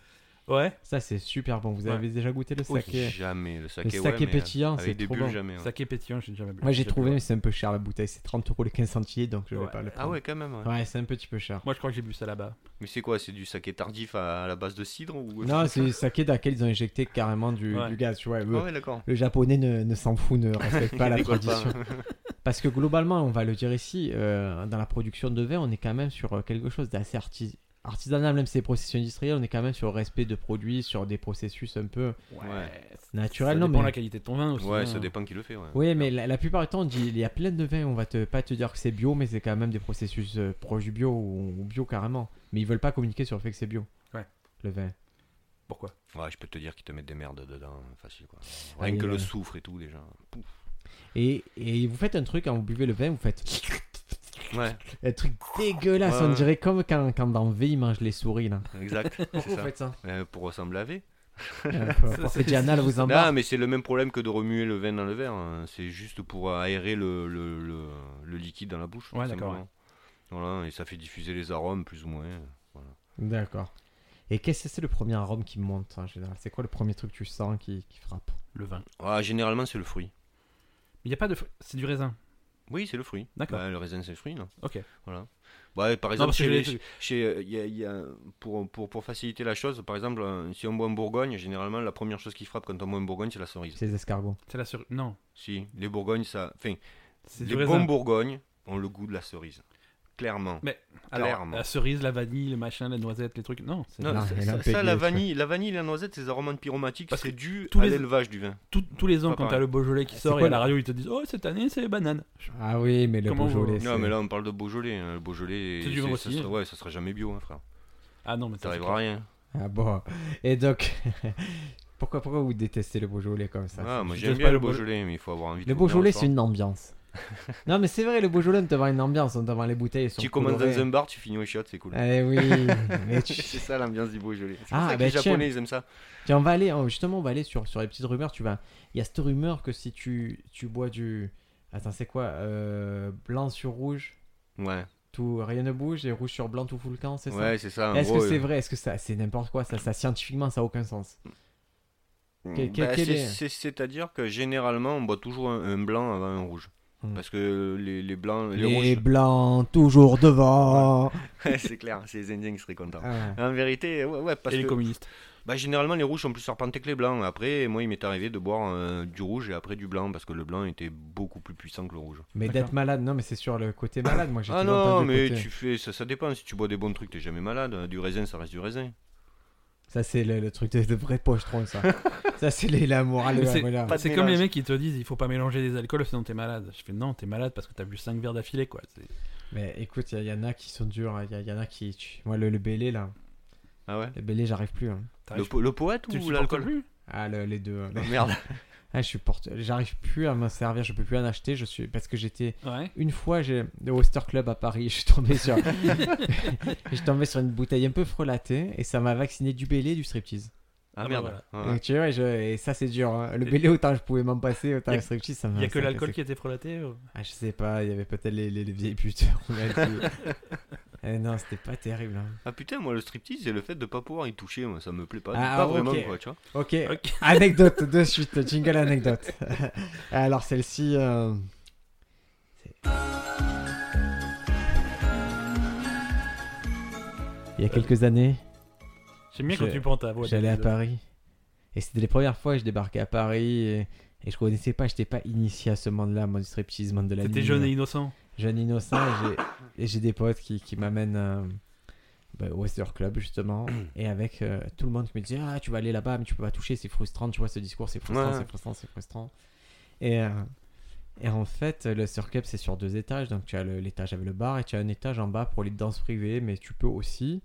A: Ouais,
B: Ça, c'est super bon. Vous
A: Ouais.
B: avez déjà goûté le
C: Oui,
B: saké
C: Jamais le
B: Le
C: saké. ouais, mais,
B: saké
C: euh,
B: pétillant, c'est
C: Avec des
B: trop
C: bulles,
B: bon.
C: jamais. ouais.
A: saké pétillant, j'ai jamais bu.
B: Moi, j'ai
A: Jamais
B: trouvé,
A: bu.
B: mais c'est un peu cher la bbouteille. C'est 30 euros les 15 centimes, donc je vais
A: Ouais.
B: pas le prendre.
C: Ah ouais, quand même. ouais.
B: Ouais, c'est un petit peu cher.
A: Moi, je crois que j'ai bu ça là-bas.
C: Mais c'est quoi C'est du saké tardif à, à la base de cidre ou...
B: Non, c'est le saké dans lequel ils ont injecté carrément du,
A: Ouais.
B: du gaz, tu vois.
C: Ah
B: Le,
C: ouais, d'accord.
B: le japonais ne, ne s'en fout, ne respecte pas la
C: Décolle pas.
B: tradition. Parce que globalement, on va le dire ici, euh, dans la production de vin, on est quand même sur euh, quelque chose d'assez arti- artisanal, même si c'est processus industriel, on est quand même sur le respect de produits, sur des processus un peu
C: Ouais.
A: Ça
B: naturels. Non,
A: dépend
B: mais-
A: la qualité de ton vin aussi.
C: Ouais,
A: hein.
C: ça dépend qui le fait, ouais.
B: euh. Oui, mais la, la plupart du temps, on dit il y a plein de vins, on va te, pas te dire que c'est bio, mais c'est quand même des processus euh, proches du bio ou, ou bio carrément. Mais ils veulent pas communiquer sur le fait que c'est bio.
A: Ouais.
B: Le vin.
A: Pourquoi
C: Ouais, je peux te dire qu'ils te mettent des merdes dedans, facile, quoi.
B: Ah,
C: Rien
B: il y
C: que
B: a-
C: le soufre et tout, déjà. Pouf.
B: Et, et vous faites un truc, quand vous buvez le vin, vous faites
C: Ouais,
B: un truc dégueulasse,
C: Ouais.
B: on dirait comme quand, quand dans V, ils mangent les souris là.
C: exact. c'est
B: Pourquoi vous
C: ça.
B: faites ça
C: Euh, pour ressembler à V.
B: Euh, pour- Pour que Diana vous
C: Non,
B: embarque.
C: mais c'est le même problème que de remuer le vin dans le verre. hein. C'est juste pour aérer le, le, le- le liquide dans la bouche.
A: Ouais,
C: tout
A: d'accord,
C: simplement. Voilà, et ça fait diffuser les arômes, plus ou moins.
B: D'accord. Et qu'est-ce que c'est le premier arôme qui monte en général C'est quoi le premier truc que tu sens qui, qui frappe
A: Le vin.
C: Ah, généralement, c'est le fruit.
A: Il y a pas de. fr- C'est du raisin.
C: Oui, c'est le fruit.
A: D'accord.
C: Bah, le raisin, c'est le fruit, non
A: Ok.
C: Voilà. Bah, par
A: Non,
C: exemple,
A: parce que
C: chez
A: j'ai
C: les-
A: des trucs.
C: chez, euh, y a- y a- pour, pour, pour faciliter la chose, par exemple, euh, si on boit en Bourgogne, généralement, la première chose qui frappe quand on boit en Bourgogne, c'est la cerise.
B: C'est les escargots.
A: C'est la sur. Non.
C: Si, les Bourgognes, ça. Enfin,
A: C'est
C: les
A: du
C: bons
A: raisin.
C: Bourgognes ont le goût de la cerise. clairement.
A: Alors,
C: Clairement.
A: la cerise, la vanille, le machin, la noisette, les trucs. Non, c'est
C: Non,
B: Non,
C: ça,
B: mais
C: ça-
B: là,
C: ça, la
B: PDS,
C: vanille, la vanille, la noisette, ces aromates pyromatiques,
A: Parce
C: c'est dû
A: tous
C: à
A: les-
C: l'élevage du vin.
A: Tout- tous les ans,
C: Pas
A: quand
C: pareil.
A: t'as le Beaujolais qui
B: C'est
A: sort et
B: quoi
A: à la
B: le-
A: radio, ils te disent Oh, cette année, c'est les bananes.
B: Ah oui, mais le
A: Comment vous-
B: Beaujolais.
C: Non,
B: c'est-
C: mais là, on parle de Beaujolais. hein. Le Beaujolais,
A: C'est du vin
C: ça
A: aussi.
C: sera, ouais, ça sera jamais bio, hein, frère.
A: Ah non, mais ça, c'est
C: T'arriveras à rien.
B: Ah bon. Et donc, pourquoi, pourquoi vous détestez le Beaujolais comme ça
C: Ah, moi,
A: je
C: j'aime
A: déteste
C: bien
A: pas
C: le
A: le Beaujolais.
C: Beaujolais, mais il faut avoir envie de le
B: Le
C: boire
B: Beaujolais,
C: le
B: c'est une ambiance. non, mais c'est vrai, le Beaujolais, on te vend une ambiance, on te vend les bouteilles. elles
C: soir.
B: sont
C: Tu commences dans
B: colorées.
C: un bar, tu finis au chiottes, c'est cool.
B: Eh oui, mais tu...
C: c'est ça l'ambiance du Beaujolais. C'est pour
B: Ah,
C: ça que
B: bah,
C: les
B: tiens.
C: Japonais, ils aiment ça.
B: Tiens, on va aller, on- justement, on va aller sur, sur les petites rumeurs. Tu vas, il y a cette rumeur que si tu, tu bois du, attends, c'est quoi, euh, blanc sur rouge,
C: Ouais,
B: tout, rien ne bouge, et rouge sur blanc, tout fout le camp, c'est ça
C: ouais, c'est ça. en
B: Est-ce
C: gros,
B: que c'est
C: euh,
B: vrai Est-ce que ça, c'est n'importe quoi ça, ça, scientifiquement, ça a aucun sens. Quel- quel-
C: Bah,
B: quel
C: c'est-
B: est-
C: c'est- C'est-à-dire que généralement, on boit toujours un, un blanc avant un rouge.
B: Hmm.
C: Parce que les, les blancs, les,
B: Les
C: rouges,
B: blancs toujours devant.
C: Ouais, c'est clair, c'est les Indiens qui seraient contents.
B: Ah.
C: En vérité, ouais, ouais,
A: Et
C: parce
A: les
C: que
A: communistes.
C: bah, généralement les rouges sont plus serpentés que les blancs. Après, moi, il m'est arrivé de boire euh, du rouge et après du blanc parce que le blanc était beaucoup plus puissant que le rouge.
B: Mais
A: D'accord.
B: d'être malade, non, mais c'est sur le côté malade. Moi, j'ai
C: Ah
B: toujours
C: non,
B: entendu le
C: mais
B: côté-
C: tu fais ça, ça dépend. Si tu bois des bons trucs, t'es jamais malade. Du raisin, ça reste du raisin.
B: Ça, c'est le, le truc de, de vrai pochetron, ça. ça, c'est les- la hein. morale.
A: Mais
B: là,
A: c'est
B: voilà.
C: pas de
A: C'est comme les
C: mélange.
A: mecs qui te disent Il faut pas mélanger les alcools, sinon t'es malade. Je fais Non, t'es malade parce que t'as bu 5 verres d'affilée, quoi. C'est-
B: Mais écoute, il y, en a qui sont durs. hein. Il y, en a qui. tu- Moi, le, le bélé, là.
C: Ah ouais.
B: Le bélé, j'arrive plus. hein.
A: t'arrives-
C: Le, po- le poète
A: Ah tu le
C: ou
A: supportes
C: l'alcool
A: plus
B: Ah, le- les deux. hein.
C: Ah, Merde.
B: Ah, je supporte. J'arrive plus à m'en servir. Je peux plus en acheter. Je suis parce que j'étais
A: Ouais.
B: une fois j'ai le Oyster Club à Paris. Je suis tombé sur. je suis tombé sur une bouteille un peu frelatée et ça m'a vacciné du bélé et du striptease.
A: Ah,
C: Ah merde.
A: bah
C: Ouais.
B: Donc, tu vois, je- et ça c'est dur. hein. Le
A: Et-
B: bélé autant je pouvais m'en passer, autant
A: Y a-
B: le striptease ça m'a.
A: Il y a que
B: ça m'a
A: l'alcool
B: cassé.
A: qui était frelaté. euh.
B: Ah, je sais pas. Il y avait peut-être les, les, les vieilles putes. on a dit. Eh non, c'était pas terrible. hein.
C: Ah putain, moi le striptease, c'est le fait de pas pouvoir y toucher. Moi, ça me plaît pas.
B: Ah,
C: pas
B: ah,
C: vraiment
B: ok.
C: quoi, tu vois.
B: Ok,
A: Ok.
B: anecdote de suite, jingle anecdote. Euh, Alors celle-ci... euh, c'est- Il y a quelques années,
A: J'aime bien quand
B: Je-
A: tu prends ta voix.
B: j'allais à
A: David.
B: Paris. Et c'était les premières fois que je débarquais à Paris et, et je connaissais pas, j'étais pas initié à ce monde-là, monde du striptease, monde de la
A: T'étais
B: nuit.
A: jeune et innocent.
B: jeune innocent et j'ai- et j'ai des potes qui, qui m'amènent euh, bah, au Wester Club justement et avec euh, tout le monde qui me dit ah tu vas aller là-bas mais tu peux pas toucher c'est frustrant tu vois ce discours c'est frustrant
C: Ouais.
B: c'est frustrant c'est frustrant et euh, et en fait, le Wester Club, c'est sur deux étages. Donc, tu as le- l'étage avec le bar et tu as un étage en bas pour les danses privées. Mais tu peux aussi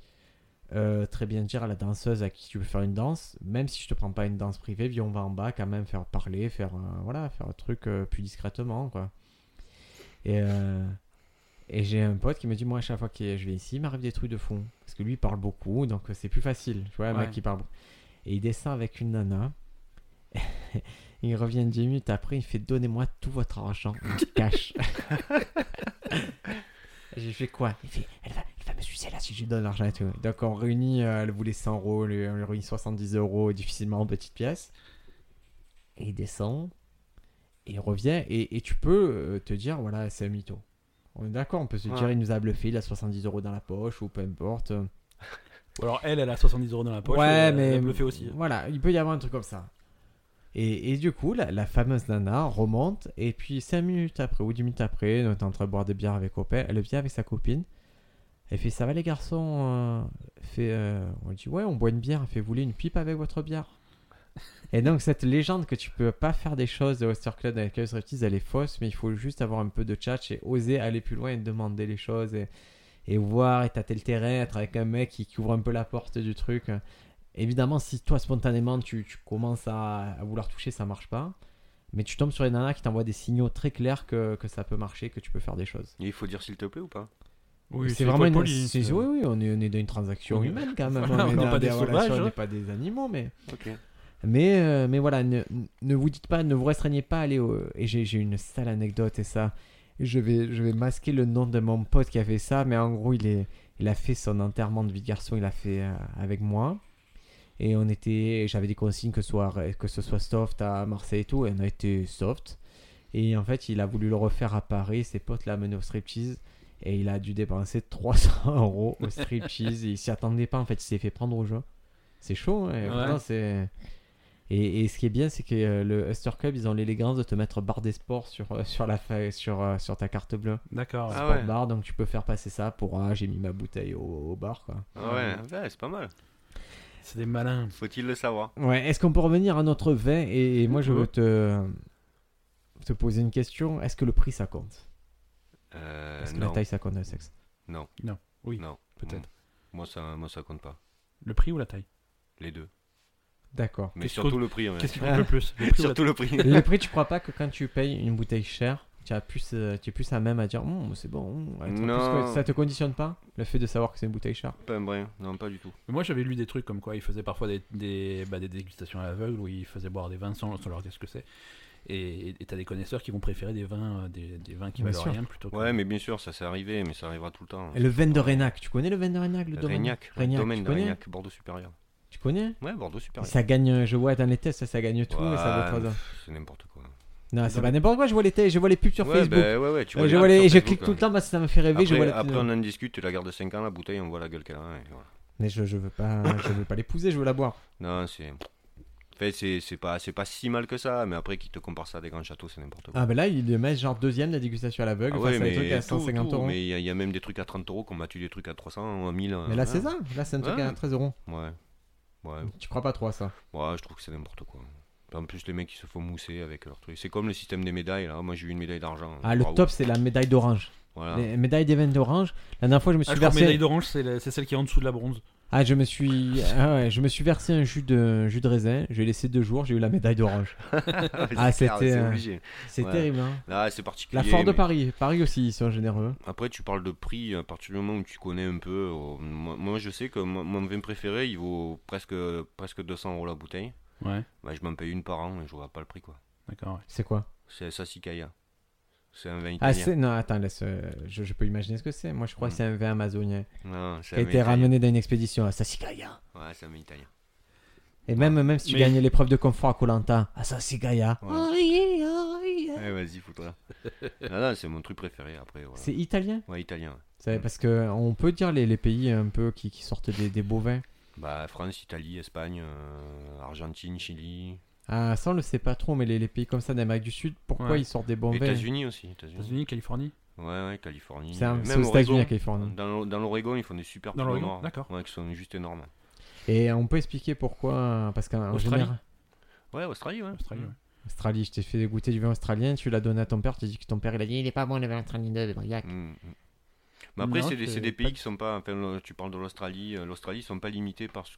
B: euh, très bien dire à la danseuse à qui tu veux faire une danse, même si je te prends pas une danse privée, viens, on va en bas quand même faire parler, faire, euh, voilà, faire un truc euh, plus discrètement, quoi. Et, euh, et j'ai un pote qui me dit, moi, à chaque fois que je vais ici, il m'arrive des trucs de fond. Parce que lui, il parle beaucoup, donc euh, c'est plus facile. Tu vois, un
A: Ouais.
B: mec qui parle beaucoup. Et il descend avec une nana. il revient 10 minutes après, il fait, donnez-moi tout votre argent en cash. J'ai fait quoi Il fait, elle va, elle va me sucer là si je lui donne l'argent et tout. Donc on réunit, euh, elle voulait 100 euros, lui- on lui réunit 70 euros difficilement en petites pièces. Et il descend, et il revient, et, et tu peux euh, te dire, voilà, c'est un mytho. On est d'accord, on peut se
C: Ouais.
B: dire, il nous a bluffé, il a 70 euros dans la poche, ou peu importe. euh,
A: Ou alors elle, elle a 70 euros dans la poche.
B: Ouais,
A: et elle-
B: mais.
A: Elle le fait aussi. hein.
B: Voilà, il peut y avoir un truc comme ça. Et, et du coup, la, la fameuse nana remonte, et puis 5 minutes après ou 10 minutes après, on est en train de boire des bières avec copain, elle vient avec sa copine. Elle fait Ça va les garçons euh, fait, euh, On lui dit Ouais, on boit une bière. Elle fait Vous voulez une pipe avec votre bière Et donc, cette légende que tu peux pas faire des choses de Western Club avec les striptease, elle est fausse, mais il faut juste avoir un peu de tchatch et oser aller plus loin et demander les choses et, et voir et tâter le terrain, être avec un mec qui, qui ouvre un peu la porte du truc. Évidemment, si toi spontanément tu, tu commences à, à vouloir toucher, ça marche pas. Mais tu tombes sur les nanas qui t'envoient des signaux très clairs que, que ça peut marcher, que tu peux faire des choses.
C: Et il faut dire s'il te plaît ou pas
A: Oui,
B: c'est vraiment
A: pas
B: une.
A: poli,
B: c'est-
A: c'est-
B: oui, oui, on est, on est dans une transaction
A: On est-
B: humaine quand même.
A: Voilà,
B: on
A: on
B: est
A: n'est
B: dans
A: pas
B: des
A: des
B: relations,
A: sauvages,
B: on
A: hein.
B: n'est pas des animaux, mais.
C: Ok.
B: Mais, euh, mais voilà, ne, ne vous dites pas, ne vous restreignez pas à aller au... Et j'ai j'ai une sale anecdote et ça, je vais, je vais masquer le nom de mon pote qui a fait ça, mais en gros, il, est, il a fait son enterrement de vie de garçon, il l'a fait euh, avec moi. Et on était, j'avais des consignes que ce, soit, que ce soit soft à Marseille et tout, et on a été soft. Et en fait, il a voulu le refaire à Paris, ses potes l'ont amené au striptease. Et il a dû dépenser 300 euros au striptease. il s'y attendait pas, en fait, il s'est fait prendre au jeu. C'est chaud, hein,
A: Ouais.
B: et pourtant, c'est... Et, et ce qui est bien, c'est que euh, le Huster Club, ils ont l'élégance de te mettre barre des sports sur, euh, sur, la feuille- sur, euh, sur ta carte bleue.
A: D'accord.
C: Ah
B: Sport
C: ouais.
B: bar, donc tu peux faire passer ça pour ah, j'ai mis ma bouteille au, au bar. Quoi.
C: Ah ouais, ouais, c'est pas mal.
A: C'est des malins.
C: Faut-il le savoir
B: Ouais, est-ce qu'on peut revenir à notre vin Et, et moi, je
A: Mhm.
B: veux te, te poser une question. Est-ce que le prix ça compte
C: Euh,
B: Est-ce que la
C: Non,
B: taille ça compte, le sexe
A: Oui,
C: non.
A: peut-être.
C: Moi ça, moi, ça compte pas.
B: Mm.
A: Le prix ou la taille
C: Les deux.
B: D'accord.
C: Mais
A: Qu'est-ce
C: surtout
A: qu'on-
C: le prix. ouais.
A: Qu'est-ce qui compte le plus Le prix ou la
C: Surtout le prix.
B: le prix, tu crois pas que quand tu payes une bouteille chère, tu, as plus, euh, tu es plus à même à dire Hum, c'est bon, hum, ouais, t'as
C: Non.
B: plus que- ça te conditionne pas le fait de savoir que c'est une bouteille chère
C: Pas un brin. Non, pas du tout.
A: Mais Moi, j'avais lu des trucs comme quoi ils faisaient parfois des, des, bah, des dégustations à l'aveugle où ils faisaient boire des vins sans, sans leur dire ce que c'est. Et et t'as des connaisseurs qui vont préférer des vins, euh, des, des vins qui
B: Bien
A: valent
B: sûr.
A: rien plutôt que.
C: Ouais, mais bien sûr, ça s'est arrivé, mais ça arrivera tout le temps.
B: Et Le vin de Régnac, tu connais le vin de Régnac le domaine
C: Régnac, le
B: Régnac,
C: domaine
B: tu
C: de
B: connais
C: Régnac, Bordeaux supérieur.
B: Tu connais
C: Ouais, Bordeaux
B: Et
C: supérieur.
B: Ça gagne, je vois dans les tests, ça, ça gagne tout et ça vaut
C: Ouais,
B: trois ans.
C: pff, C'est n'importe quoi.
B: Non, c'est pas n'importe quoi, je vois les tests, je vois les pubs sur
C: ouais,
B: Facebook.
C: bah, ouais, ouais, tu vois
B: Euh, je
C: les
B: vois
C: apps sur
B: les- je
C: Facebook,
B: clique
C: hein.
B: tout le temps parce que ça me fait rêver,
C: Après,
B: je vois les
C: après, on en discute, tu la gardes 5 ans, la bouteille, on voit la gueule qu'elle a. et voilà.
B: Mais je, je veux pas je veux pas l'épouser, je veux la boire.
C: Non, c'est. En fait, c'est c'est pas, c'est pas si mal que ça, mais après, qu'ils te comparent ça à des grands châteaux, c'est n'importe quoi.
B: Ah ben là, ils le mettent genre deuxième la dégustation à l'aveugle
C: Ah
B: face
C: ouais,
B: à des trucs à
C: mais tout,
B: 150
C: tout,
B: euros. Mais,
C: mais il y, a- il y a même des trucs à 30 euros qu'on battu des trucs à 300 ou à 1000.
B: là,
C: hein.
B: c'est ça. Là, c'est un truc
C: Ouais.
B: à 13 euros.
C: Ouais. Ouais,
B: Tu crois pas trop à ça
C: Ouais, je trouve que c'est n'importe quoi. En plus, les mecs, ils se font mousser avec leur truc. C'est comme le système des médailles, là. Moi, j'ai eu une médaille d'argent.
B: Ah, le
C: Bravo.
B: top, c'est la médaille d'orange.
C: Voilà.
B: La médaille des vins d'orange. La dernière fois, je me
A: Ah,
B: suis
A: je crois que
B: versé.
A: médaille d'orange, c'est la- c'est celle qui est en dessous de la bronze.
B: Ah, je me suis, ah ouais, je me suis versé un jus de, jus de raisin. J'ai laissé deux jours, j'ai eu la médaille d'orange. Ah,
C: C'est clair,
B: c'était,
C: C'est
B: euh,
C: obligé.
B: C'est
C: Ouais.
B: terrible. Hein.
C: Là, c'est particulier.
B: La Fort de
C: mais-
B: Paris, Paris aussi, ils sont généreux.
C: Après, tu parles de prix, à partir du moment où tu connais un peu. euh, moi, moi, je sais que mon mon vin préféré, il vaut presque, presque 200 euros la bouteille.
A: Ouais,
C: Bah, je m'en paye une par an et je vois pas le prix, quoi.
A: d'accord. ouais.
B: C'est quoi
C: C'est Sassicaia. C'est un vin
B: Ah,
C: italien.
B: c'est non, attends, laisse, euh, je, je peux imaginer ce que c'est. Moi, je
C: Mm.
B: crois que c'est un vin amazonien
C: non, c'est
B: qui a
C: un vin
B: été
C: italien.
B: ramené dans une expédition à Sassicaia.
C: Ouais, c'est un vin italien.
B: Et même, même si tu
A: Mais-
B: gagnais l'épreuve de confort à Colanta à Sassicaia.
C: Ouais.
B: Oh, yeah, oh, yeah.
C: Ouais, Eh, vas-y, fous-toi. non, non, c'est mon truc préféré, après. voilà.
B: C'est italien
C: Ouais, italien.
B: C'est parce que on peut dire les, les pays un peu qui, qui sortent des, des beaux vins.
C: Bah, France, Italie, Espagne, euh, Argentine, Chili,
B: Ah, ça, on le sait pas trop, mais les, les pays comme ça d'Amérique du Sud, pourquoi
A: Ouais.
B: ils sortent des bons vins
C: États-Unis aussi. États-Unis.
A: États-Unis, Californie
C: ouais, ouais, Californie.
B: C'est un-
C: Même
B: c'est aux
C: Oregon.
B: États-Unis, la Californie.
C: Dans l'O- dans l'Oregon, ils font des super
A: Dans
C: Pinot
A: l'Oregon,
C: noirs.
A: d'accord.
C: Ouais, qui sont juste énormes.
B: Et on peut expliquer pourquoi euh, Parce qu'en en
A: Australie.
B: général,
C: Ouais, Australie, ouais.
A: Australie, ouais.
B: Australie, je t'ai fait goûter du vin australien, tu l'as donné à ton père, tu as dit que ton père il a dit il est pas bon le vin australien de Briac.
C: Mm, mm. Mais après,
A: Non,
C: c'est des,
A: c'est
C: c'est des
A: pas-
C: pays qui sont pas. Enfin, le- tu parles de l'Australie. euh, L'Australie, ils sont pas limités par ce-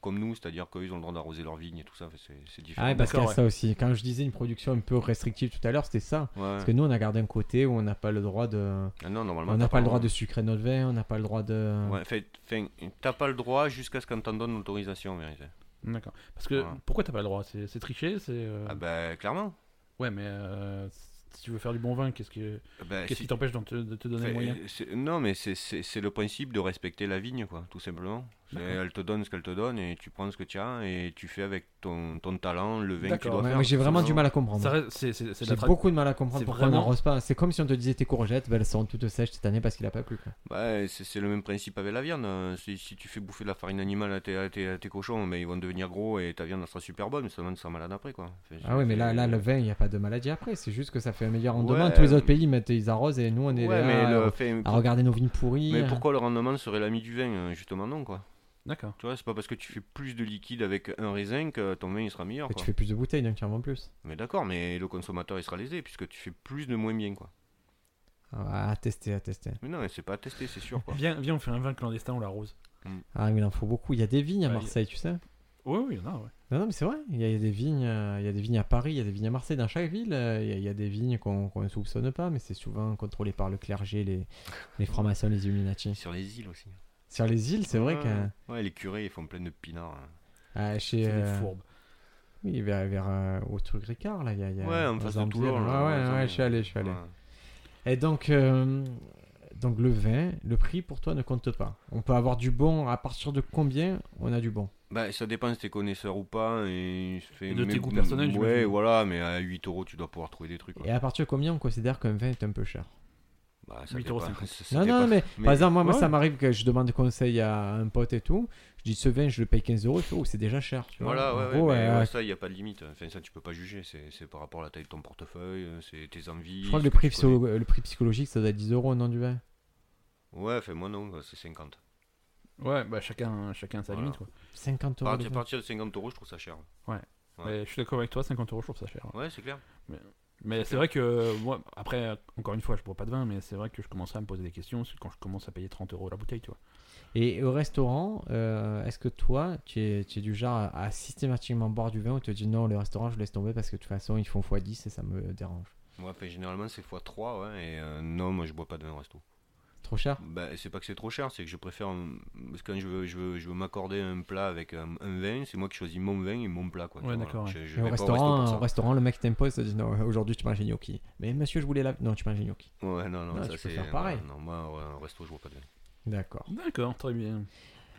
C: comme nous, c'est-à-dire qu'ils ont le droit d'arroser leurs vignes et tout ça. enfin, C'est c'est différent.
B: Ah, ouais, parce qu'il y a
A: D'accord,
B: ça aussi. Quand je disais une production un peu restrictive tout à l'heure, c'était ça.
C: Ouais.
B: Parce que nous, on a gardé un côté où on n'a pas le droit de.
C: Ah non, normalement.
B: On
C: t'as
B: n'a pas le droit de
C: droit.
B: sucrer notre vin, on n'a pas le droit de.
C: Ouais, fait, fin, t'as pas le droit jusqu'à ce qu'on t'en donne l'autorisation, en vérité.
A: D'accord. Parce que
C: Voilà.
A: pourquoi t'as pas le droit C'est c'est triché c'est, euh,
C: Ah, bah, clairement.
A: Ouais, mais euh, si tu veux faire du bon vin, qu'est-ce que-
C: Bah,
A: qu'est-ce
C: si-
A: qui t'empêche d'en te- de te donner
C: Fait,
A: le moyen
C: euh, c'est- Non, mais c'est- c'est c'est le principe de respecter la vigne, quoi, tout simplement. C'est-
A: D'accord.
C: Elle te donne ce qu'elle te donne et tu prends ce que tu as et tu fais avec ton, ton talent le vin que tu
A: D'accord,
C: dois
B: Ouais,
C: faire.
B: moi, j'ai
C: tout
B: vraiment du
C: simplement.
B: mal à comprendre.
A: Ça reste- C'est c'est- c'est de la
B: J'ai
A: tra-
B: beaucoup de mal à comprendre
A: c'est
B: pourquoi on
A: vraiment-
B: n'arrose pas. C'est comme si on te disait tes courgettes, ben, elles seront toutes sèches cette année parce qu'il a pas plu. quoi.
C: Bah, c'est c'est le même principe avec la viande. hein. Si, si tu fais bouffer de la farine animale à tes, à tes- à tes cochons, mais ils vont devenir gros et ta viande elle sera super bonne, mais seulement tu seras malade après, quoi. Fait,
B: Ah oui, mais là,
C: c'est-
B: là, le vin, il n'y a pas de maladie après. C'est juste que ça fait un meilleur rendement.
C: Ouais.
B: Tous les autres pays, ils, mettent, ils arrosent et nous, on est
C: Ouais,
B: là
C: mais, le-
B: euh,
C: fait-
B: à regarder nos vignes pourries.
C: mais pourquoi le rendement serait l'ami du vin euh, Justement, non, quoi.
A: D'accord.
C: Tu vois, c'est pas parce que tu fais plus de liquide avec un raisin que ton vin il sera meilleur.
B: Et
C: quoi.
B: tu fais plus de bouteilles, donc tu en vends plus.
C: Mais d'accord, mais le consommateur il sera lésé puisque tu fais plus de moins bien quoi.
B: Ah, à tester, à tester.
C: Mais non, c'est pas à tester, c'est sûr quoi.
A: Viens, viens, on fait un vin clandestin, on l'arrose.
B: Ah, mais il en faut beaucoup. Il y a des vignes à
A: Ouais,
B: Marseille, tu sais.
A: Oui, oui, il y en a, ouais.
B: Non, non, mais c'est vrai. Il y, a, il y a des vignes, euh, il y a des vignes à Paris, il y a des vignes à Marseille, dans chaque ville. euh, Il y a, il y a des vignes qu'on qu'on ne soupçonne pas, mais c'est souvent contrôlé par le clergé, les, les francs-maçons, les Illuminati.
C: Sur les îles aussi.
B: Sur les îles, c'est vrai
C: Ouais.
B: que.
C: Ouais, les curés ils font plein de pinards. hein.
B: ah, chez.
A: C'est des
B: euh,
A: fourbes.
B: Oui, vers, vers euh, au truc Ricard, là. Il y a, il y a-
C: Ouais, en
B: aux
C: face de
B: Antilles,
C: Toulon.
B: Ouais,
C: là,
B: ouais,
C: ouais,
B: ouais,
C: ça,
B: je suis allé, je suis
C: ouais.
B: allé. Et donc, euh, donc, le vin, le prix pour toi ne compte pas. On peut avoir du bon. À partir de combien on a du bon
C: Bah, ça dépend si t'es connaisseur ou pas. hein, Et, je fais-
A: Et de
C: mais-
A: tes goûts personnels,
C: Ouais,
A: j'imagine.
C: voilà, mais à 8 euros tu dois pouvoir trouver des trucs. quoi.
B: Et à partir de combien on considère qu'un vin est un peu cher
C: Bah, ça
A: 8,50.
C: dépend. Ça- ça
B: Non,
C: dépend.
B: non, mais,
C: Mais-
B: par exemple, moi, moi,
A: Ouais.
B: ça m'arrive que je demande conseil à un pote et tout. Je dis ce vin, je le paye 15 euros. Il fait, oh, c'est déjà cher. Tu vois.
C: Voilà,
B: En
C: ouais, ouais,
B: gros,
C: mais,
B: euh,
C: ouais, ça, il n'y a pas de limite. Enfin, ça, tu peux pas juger. C'est c'est par rapport à la taille de ton portefeuille, euh, c'est tes envies.
B: Je crois que
C: ce
B: le
C: tu
B: prix,
C: connais.
B: psycholo- le prix psychologique, ça doit être 10 euros, non, du vin
C: Ouais, fait, moi non, euh, c'est 50.
A: Ouais, bah chacun, chacun sa
C: Voilà.
A: limite. Quoi.
B: 50 euros.
C: À
B: le
C: partir- à
B: vin.
C: partir de 50 euros, je trouve ça cher. Ouais.
A: Ouais, je suis d'accord avec toi, 50 euros, je trouve ça cher.
C: Ouais, c'est clair.
A: Mais c'est vrai que euh, moi, après, euh, encore une fois, je bois pas de vin, mais c'est vrai que je commencerai à me poser des questions c'est quand je commence à payer 30 euros la bouteille, tu vois.
B: Et au restaurant, euh, est-ce que toi, tu es, tu es du genre à, à systématiquement boire du vin ou tu te dis non, le restaurant, je laisse tomber parce que de toute façon, ils font x10 et ça me dérange
C: Moi, enfin, généralement, c'est x3, ouais, et euh, non, moi, je bois pas de vin au resto.
B: Trop cher
C: Bah, c'est pas que c'est trop cher, c'est que je préfère. euh, Parce que quand je veux, je veux, je veux m'accorder un plat avec un, un vin, c'est moi qui choisis mon vin et mon plat, quoi. tu
A: Ouais,
C: vois,
A: d'accord,
C: voilà.
A: ouais.
C: Je- je
B: Et au
C: vais pas
B: restaurant,
C: pour ça.
B: au restaurant, le mec t'impose, il te dit non, aujourd'hui, tu manges des gnocchis. Mais monsieur, je voulais la. Non, tu manges des gnocchis.
C: Ouais, non, non,
B: euh, Ouais,
C: ça,
B: tu peux
C: c'est-
B: faire
C: non,
B: pareil.
C: Non, moi, ouais, au resto, je bois pas de vin.
B: D'accord.
A: D'accord, très bien.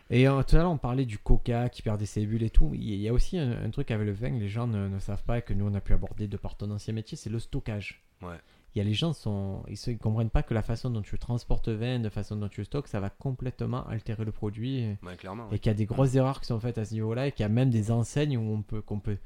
B: Et euh, tout à l'heure, on parlait du coca qui perd des cellules et tout. Il y a- il y a aussi un, un truc avec le vin que les gens ne, ne savent pas et que nous, on a pu aborder de par ton ancien métier, c'est le stockage.
C: Ouais.
B: Il y a les gens, sont, ils ne comprennent pas que la façon dont tu transportes le vin, de la façon dont tu le stockes, ça va complètement altérer le produit et,
C: Ouais, clairement.
B: et qu'il y a des grosses erreurs qui sont faites à ce niveau-là et qu'il y a même des enseignes où on peut, qu'on peut...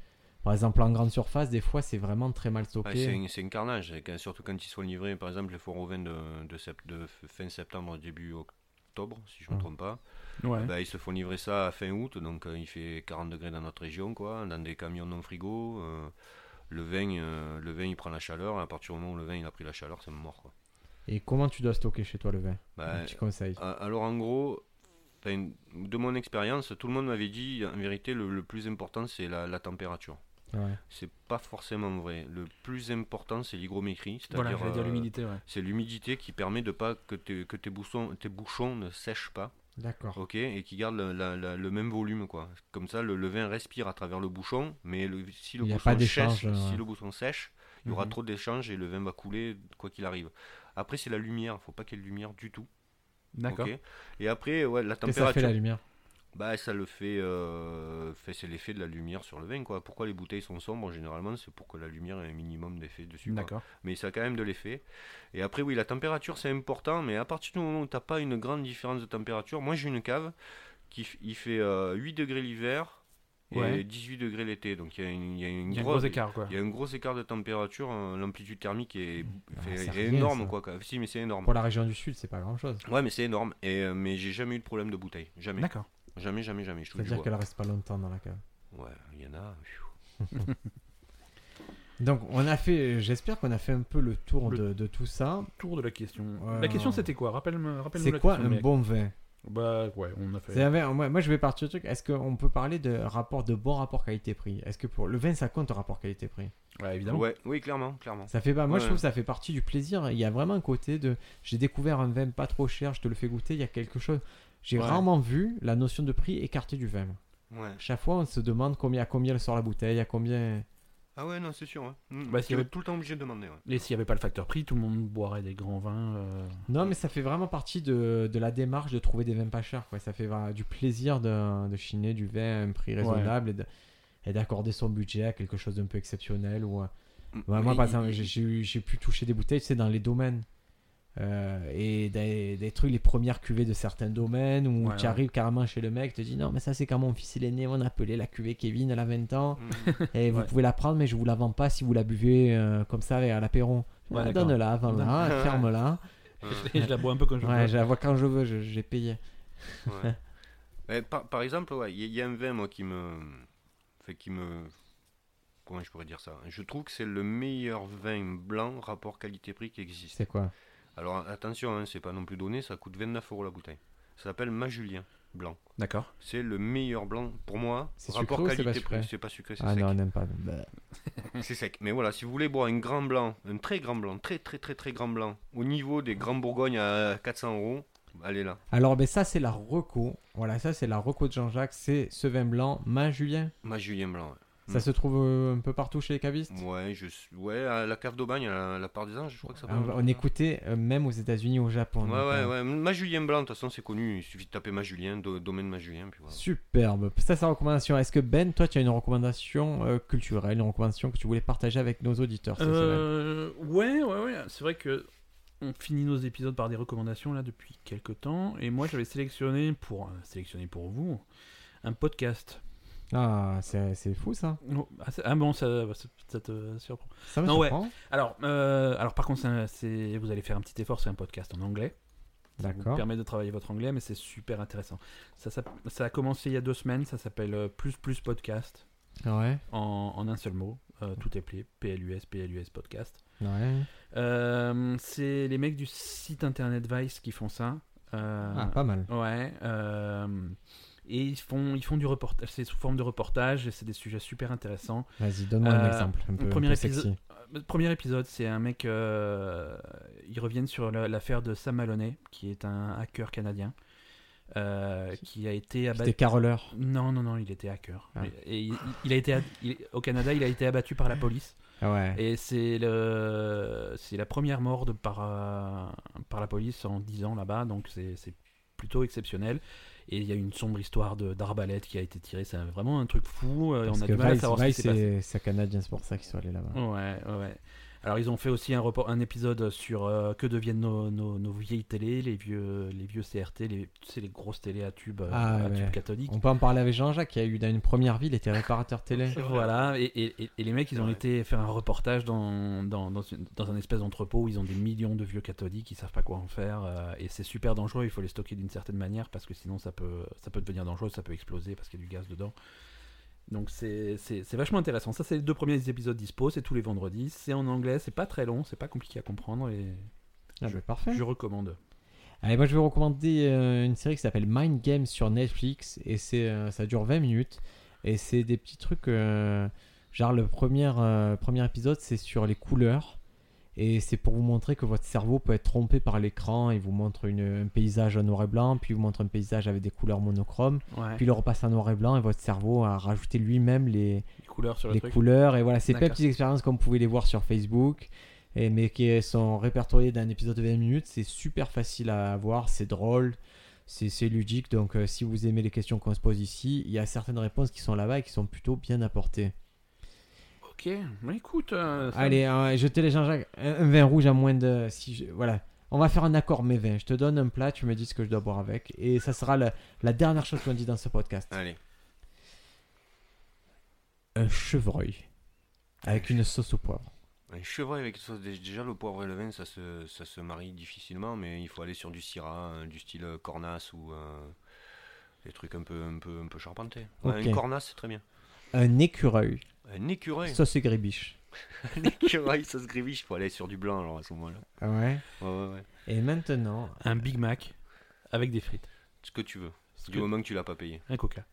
B: Par exemple, en grande surface, des fois, c'est vraiment très mal
C: Ouais,
B: stocké.
C: c'est un- c'est un, carnage, c'est que- surtout quand ils sont livrés, par exemple, les foires au vin de, de sep- de f- fin septembre, début octobre, si je ne
B: Ah.
C: me trompe pas.
A: Ouais.
C: Bah, ils se font livrer ça à fin août, donc euh, il fait 40 degrés dans notre région, quoi, dans des camions non frigo. euh, le, vin, euh, le vin, il prend la chaleur, et à partir du moment où le vin il a pris la chaleur, c'est mort. Quoi.
B: Et comment tu dois stocker chez toi le vin
C: Bah,
B: Un petit conseil.
C: a- alors en gros, 'fin, de mon expérience, tout le monde m'avait dit, en vérité, le, le plus important, c'est la- la température.
B: Ouais.
C: C'est pas forcément vrai. Le plus important, c'est l'hygrométrie,
A: Voilà,
C: c'est-à-dire
A: j'allais dire
C: euh,
A: l'humidité, ouais.
C: c'est l'humidité qui permet de pas que tes, que tes bouchons, tes bouchons ne sèchent pas,
B: D'accord.
C: ok, et qui gardent la- la- la- le même volume, quoi. Comme ça, le, le vin respire à travers le bouchon, mais le- si le
B: Il y a
C: bouchon
B: pas d'échange,
C: sèche,
B: euh,
C: si
B: ouais.
C: le bouchon sèche, il y aura
B: Mhm.
C: trop d'échanges et le vin va couler quoi qu'il arrive. Après, c'est la lumière. Faut pas qu'il y ait de lumière du tout.
A: Mhm. D'accord.
C: ok et après, ouais, la
B: Qu'est-ce que ça fait la
C: température.
B: lumière
C: Bah, ça le fait, euh, fait- c'est l'effet de la lumière sur le vin, quoi. Pourquoi les bouteilles sont sombres, généralement, c'est pour que la lumière ait un minimum d'effet dessus. quoi.
A: D'accord.
C: Mais ça a quand même de l'effet. Et après, oui, la température, c'est important, mais à partir du moment où t'as pas une grande différence de température, moi j'ai une cave qui f- il fait euh, 8 degrés l'hiver et
A: Ouais.
C: 18 degrés l'été, donc il y a, une, il y a une
A: Il y a un
C: grosse-
A: gros écart, quoi.
C: Il y a un gros écart de température, hein, l'amplitude thermique est,
B: Ah,
C: fait-
B: c'est
C: est
B: rien,
C: énorme,
B: ça.
C: quoi. quand- Si, mais c'est énorme.
B: Pour la région du Sud, c'est pas grand-chose.
C: Ouais, mais c'est énorme. Et, euh, mais j'ai jamais eu de problème de bouteille. Jamais.
A: D'accord.
C: Jamais, jamais, jamais. Je touche du
B: C'est-à-dire
C: bois.
B: qu'elle reste pas longtemps dans la cave.
C: Ouais, il y en a.
B: Donc on a fait, j'espère qu'on a fait un peu le tour
A: Le-
B: de, de tout ça.
A: Tour de la question.
B: Ouais,
A: la question
B: non.
A: c'était quoi Rappelle-moi rappelle
B: C'est quoi un bon vin
A: Bah ouais, on a fait.
B: C'est un vin- moi, moi, je vais partir du truc. Est-ce qu'on peut parler de rapport de bon rapport qualité-prix Est-ce que pour le vin ça compte le rapport qualité-prix
A: Ouais, évidemment.
C: Ouais, oui, clairement, clairement.
B: Ça fait pas. Moi je
C: Ouais.
B: trouve que ça fait partie du plaisir. Il y a vraiment un côté de j'ai découvert un vin pas trop cher, je te le fais goûter. Il y a quelque chose. J'ai
A: Ouais.
B: rarement vu la notion de prix écartée du vin.
C: Ouais.
B: Chaque fois on se demande combien à combien elle sort la bouteille, à combien.
C: Ah ouais, non, c'est sûr. Hein. Mm,
A: Bah,
C: tu
A: s'il y
C: es
A: avait-
C: tout le temps obligé de demander. Ouais.
A: Et s'il n'y avait pas le facteur prix, tout le monde boirait des grands vins. euh,
B: Non, mais ça fait vraiment partie de, de la démarche de trouver des vins pas chers. Quoi. Ça fait vra- du plaisir de, de chiner du vin à un prix raisonnable et de- et d'accorder son budget à quelque chose d'un peu exceptionnel. Ou, à- Bah, moi,
C: Mais
B: par
C: il-
B: exemple,
C: il-
B: j'ai- j'ai eu- j'ai pu toucher des bouteilles tu sais, dans les domaines. Euh, et des, des trucs, les premières cuvées de certains domaines où
A: Ouais,
B: tu
A: ouais.
B: arrives carrément chez le mec, tu dis non, mais ça c'est quand mon fils il est né, on appelait la cuvée Kevin, elle a 20 ans,
C: Mm.
B: et vous
A: Ouais.
B: pouvez la prendre, mais je vous la vends pas si vous la buvez euh, comme ça à l'apéro.
A: Ouais,
B: Ah,
A: d'accord.
B: Donne-la, vends-la,
C: Ouais.
B: ferme-la.
C: Ouais.
A: Et je la bois un peu comme je
B: Ouais,
A: veux.
B: je la vois quand je veux, je- j'ai payé.
C: Ouais. Ouais, par, par exemple, ouais, il y, y a un vin moi qui me fait qui me comment je pourrais dire ça. Je trouve que c'est le meilleur vin blanc rapport qualité-prix qui existe.
B: C'est quoi
C: Alors attention, hein, c'est pas non plus donné, ça coûte 29 euros la bouteille. Ça s'appelle Majulien blanc.
A: D'accord.
C: C'est le meilleur blanc pour moi.
B: C'est
C: rapport
B: sucré ou c'est pas
C: qualité-prix.
B: sucré
C: C'est pas sucré, c'est
B: Ah
C: sec.
B: non, on n'aime pas.
C: Bah. C'est sec. Mais voilà, si vous voulez boire un grand blanc, un très grand blanc, très très très très grand blanc, au niveau des grands Bourgognes à 400 euros, allez là.
B: Alors, ben, ça, c'est la reco. Voilà, ça, c'est la reco de Jean-Jacques. C'est ce vin blanc, Ma Julien.
C: Ma Julien blanc.
B: Ça
C: Mm.
B: se trouve euh, un peu partout chez les cavistes
C: Ouais, ouais, je... suis- ouais à la cave d'Aubagne, à la, la part des anges, je crois que ça
B: Ah,
C: s'appelle.
B: On écoutait euh, même aux États-Unis, au Japon.
C: Ouais,
B: donc,
C: ouais,
B: euh,
C: ouais. Ma Julien blanc, de toute façon, c'est connu. Il suffit de taper Ma Julien, do- domaine Ma Julien, puis voilà.
B: Superbe. Ça, c'est la recommandation. Est-ce que Ben, toi, tu as une recommandation euh, culturelle, une recommandation que tu voulais partager avec nos auditeurs cette semaine
A: Euh, ouais, ouais, ouais. C'est vrai que on finit nos épisodes par des recommandations là depuis quelques temps. Et moi, j'avais sélectionné pour euh, sélectionné pour vous un podcast.
B: Ah, c'est c'est fou ça.
A: Oh, ah, c'est- ah bon, ça, ça- ça te surprend.
B: Ça me
A: Non, ouais.
B: surprend.
A: Alors, euh, alors par contre, c'est un- c'est vous allez faire un petit effort, c'est un podcast en anglais. Ça vous
B: D'accord.
A: permet de travailler votre anglais, mais c'est super intéressant. Ça, s'app- ça a commencé il y a deux semaines. Ça s'appelle euh, Plus Plus Podcast
B: Ouais.
A: en, en un seul mot. Euh, tout est plié. PLUS PLUS Podcast.
B: Ouais.
A: Euh, c'est les mecs du site internet Vice qui font ça. Euh,
B: Ah, pas mal.
A: Ouais. euh, et ils font, ils font du reportage. C'est sous forme de reportage et c'est des sujets super intéressants.
B: Vas-y, donne-moi un
A: Euh,
B: exemple. Un peu, un
A: premier
B: peu
A: épisode-
B: sexy.
A: Euh, Premier épisode, c'est un mec. euh, ils reviennent sur la- l'affaire de Sam Maloney, qui est un hacker canadien, euh, qui a été
B: C'était
A: abattu.
B: caroleur.
A: Non, non, non, il était hacker.
B: Ah.
A: Et il, il a été ab- il- au Canada, il a été abattu par la police.
B: Ah Ouais.
A: Et c'est le c'est la première mort de par euh, par la police en 10 ans là-bas, donc c'est c'est plutôt exceptionnel. Et il y a une sombre histoire de d'arbalète qui a été tirée, c'est vraiment un truc fou. euh, et
B: Parce
A: on a
B: que
A: du mal à
B: Vice,
A: savoir
B: Vice,
A: ce qui s'est passé.
B: c'est c'est canadien, c'est pour ça qu'ils sont allés là-bas.
A: Ouais, ouais, ouais. Alors ils ont fait aussi un report, un épisode sur euh, que deviennent nos, nos- nos vieilles télés, les vieux les vieux CRT, les tu sais, les grosses télés à tubes euh,
B: Ah,
A: à
B: ouais.
A: tubes cathodiques.
B: On peut en parler avec Jean-Jacques qui a eu dans une première ville, il était réparateur télé.
A: Voilà, et, et- et- et les mecs, ils ont
C: Ouais.
A: été faire un reportage dans, dans, dans, une- dans un espèce d'entrepôt où ils ont des millions de vieux cathodiques, ils savent pas quoi en faire, euh, et c'est super dangereux, il faut les stocker d'une certaine manière, parce que sinon ça peut, ça peut devenir dangereux, ça peut exploser, parce qu'il y a du gaz dedans. Donc c'est c'est- c'est vachement intéressant. Ça, c'est les deux premiers épisodes dispo, c'est tous les vendredis, c'est en anglais, c'est pas très long, c'est pas compliqué à comprendre, et
B: Ah, bah, parfait.
A: je recommande.
B: Allez, moi je vais vous recommander euh, une série qui s'appelle Mind Games sur Netflix et c'est euh, ça dure 20 minutes et c'est des petits trucs euh, genre le premier euh, premier épisode c'est sur les couleurs et c'est pour vous montrer que votre cerveau peut être trompé par l'écran, il vous montre une- un paysage en noir et blanc, puis il vous montre un paysage avec des couleurs monochromes,
A: Ouais,
B: puis il le repasse en noir et blanc et votre cerveau a rajouté lui-même les
A: les couleurs sur le
B: les
A: truc.
B: couleurs et voilà c'est plein de
A: D'accord.
B: petites expériences comme vous pouvez les voir sur Facebook et mais qui sont répertoriées d'un épisode de 20 minutes c'est super facile à voir c'est drôle c'est c'est ludique donc euh, si vous aimez les questions qu'on se pose ici il y a certaines réponses qui sont là-bas et qui sont plutôt bien apportées
A: Ok, mais écoute, euh, ça-
B: allez euh, jetez les Jean-Jacques un, un vin rouge à moins de si je- voilà on va faire un accord mes vins je te donne un plat tu me dis ce que je dois boire avec et ça sera la, la dernière chose qu'on dit dans ce podcast
C: Allez.
B: un chevreuil avec une sauce au poivre
C: Un chevreuil avec sauce, dé- déjà le poivre et le vin, ça se, ça se marie difficilement, mais il faut aller sur du syrah, hein, du style euh, cornasse ou euh, des trucs un peu, un peu, un peu charpentés. Ouais,
B: Ok.
C: Une cornasse, c'est très bien.
B: un écureuil
C: Un écureuil,
B: sauce gribiche
C: un écureuil sauce gréviche, il faut aller sur du blanc alors à ce moment-là.
B: Ouais.
C: Ouais, ouais, ouais.
B: Et maintenant,
A: un Big Mac avec des frites,
C: Ce que tu veux,
A: Ce
C: du
A: que-
C: moment que tu l'as pas payé.
A: un coca.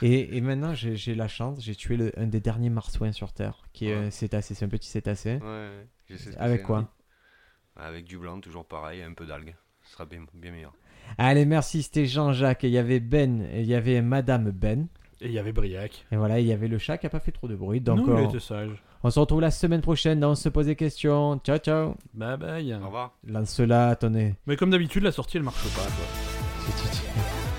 B: et, et maintenant j'ai j'ai la chance, j'ai tué le- un des derniers marsouins sur Terre, qui est un cétacé, c'est un petit cétacé.
C: Ouais, ouais, je sais ce que
B: Avec
C: c'est. hein.
B: quoi
C: Avec du blanc, toujours pareil, un peu d'algue. Ce sera bien, bien meilleur.
B: Allez, merci, c'était Jean-Jacques, et il y avait Ben, et il y avait Madame Ben,
A: Et il y avait Briac.
B: et voilà, il y avait le chat qui a pas fait trop de bruit, donc
A: Nous, il
B: on-
A: était sage.
B: on se retrouve la semaine prochaine dans On se pose des questions. Ciao, ciao
A: Bye bye.
C: Au revoir.
B: Lance-la, attendez.
A: Mais comme d'habitude, la sortie, elle marche pas, quoi.
B: Tu- tu- tu-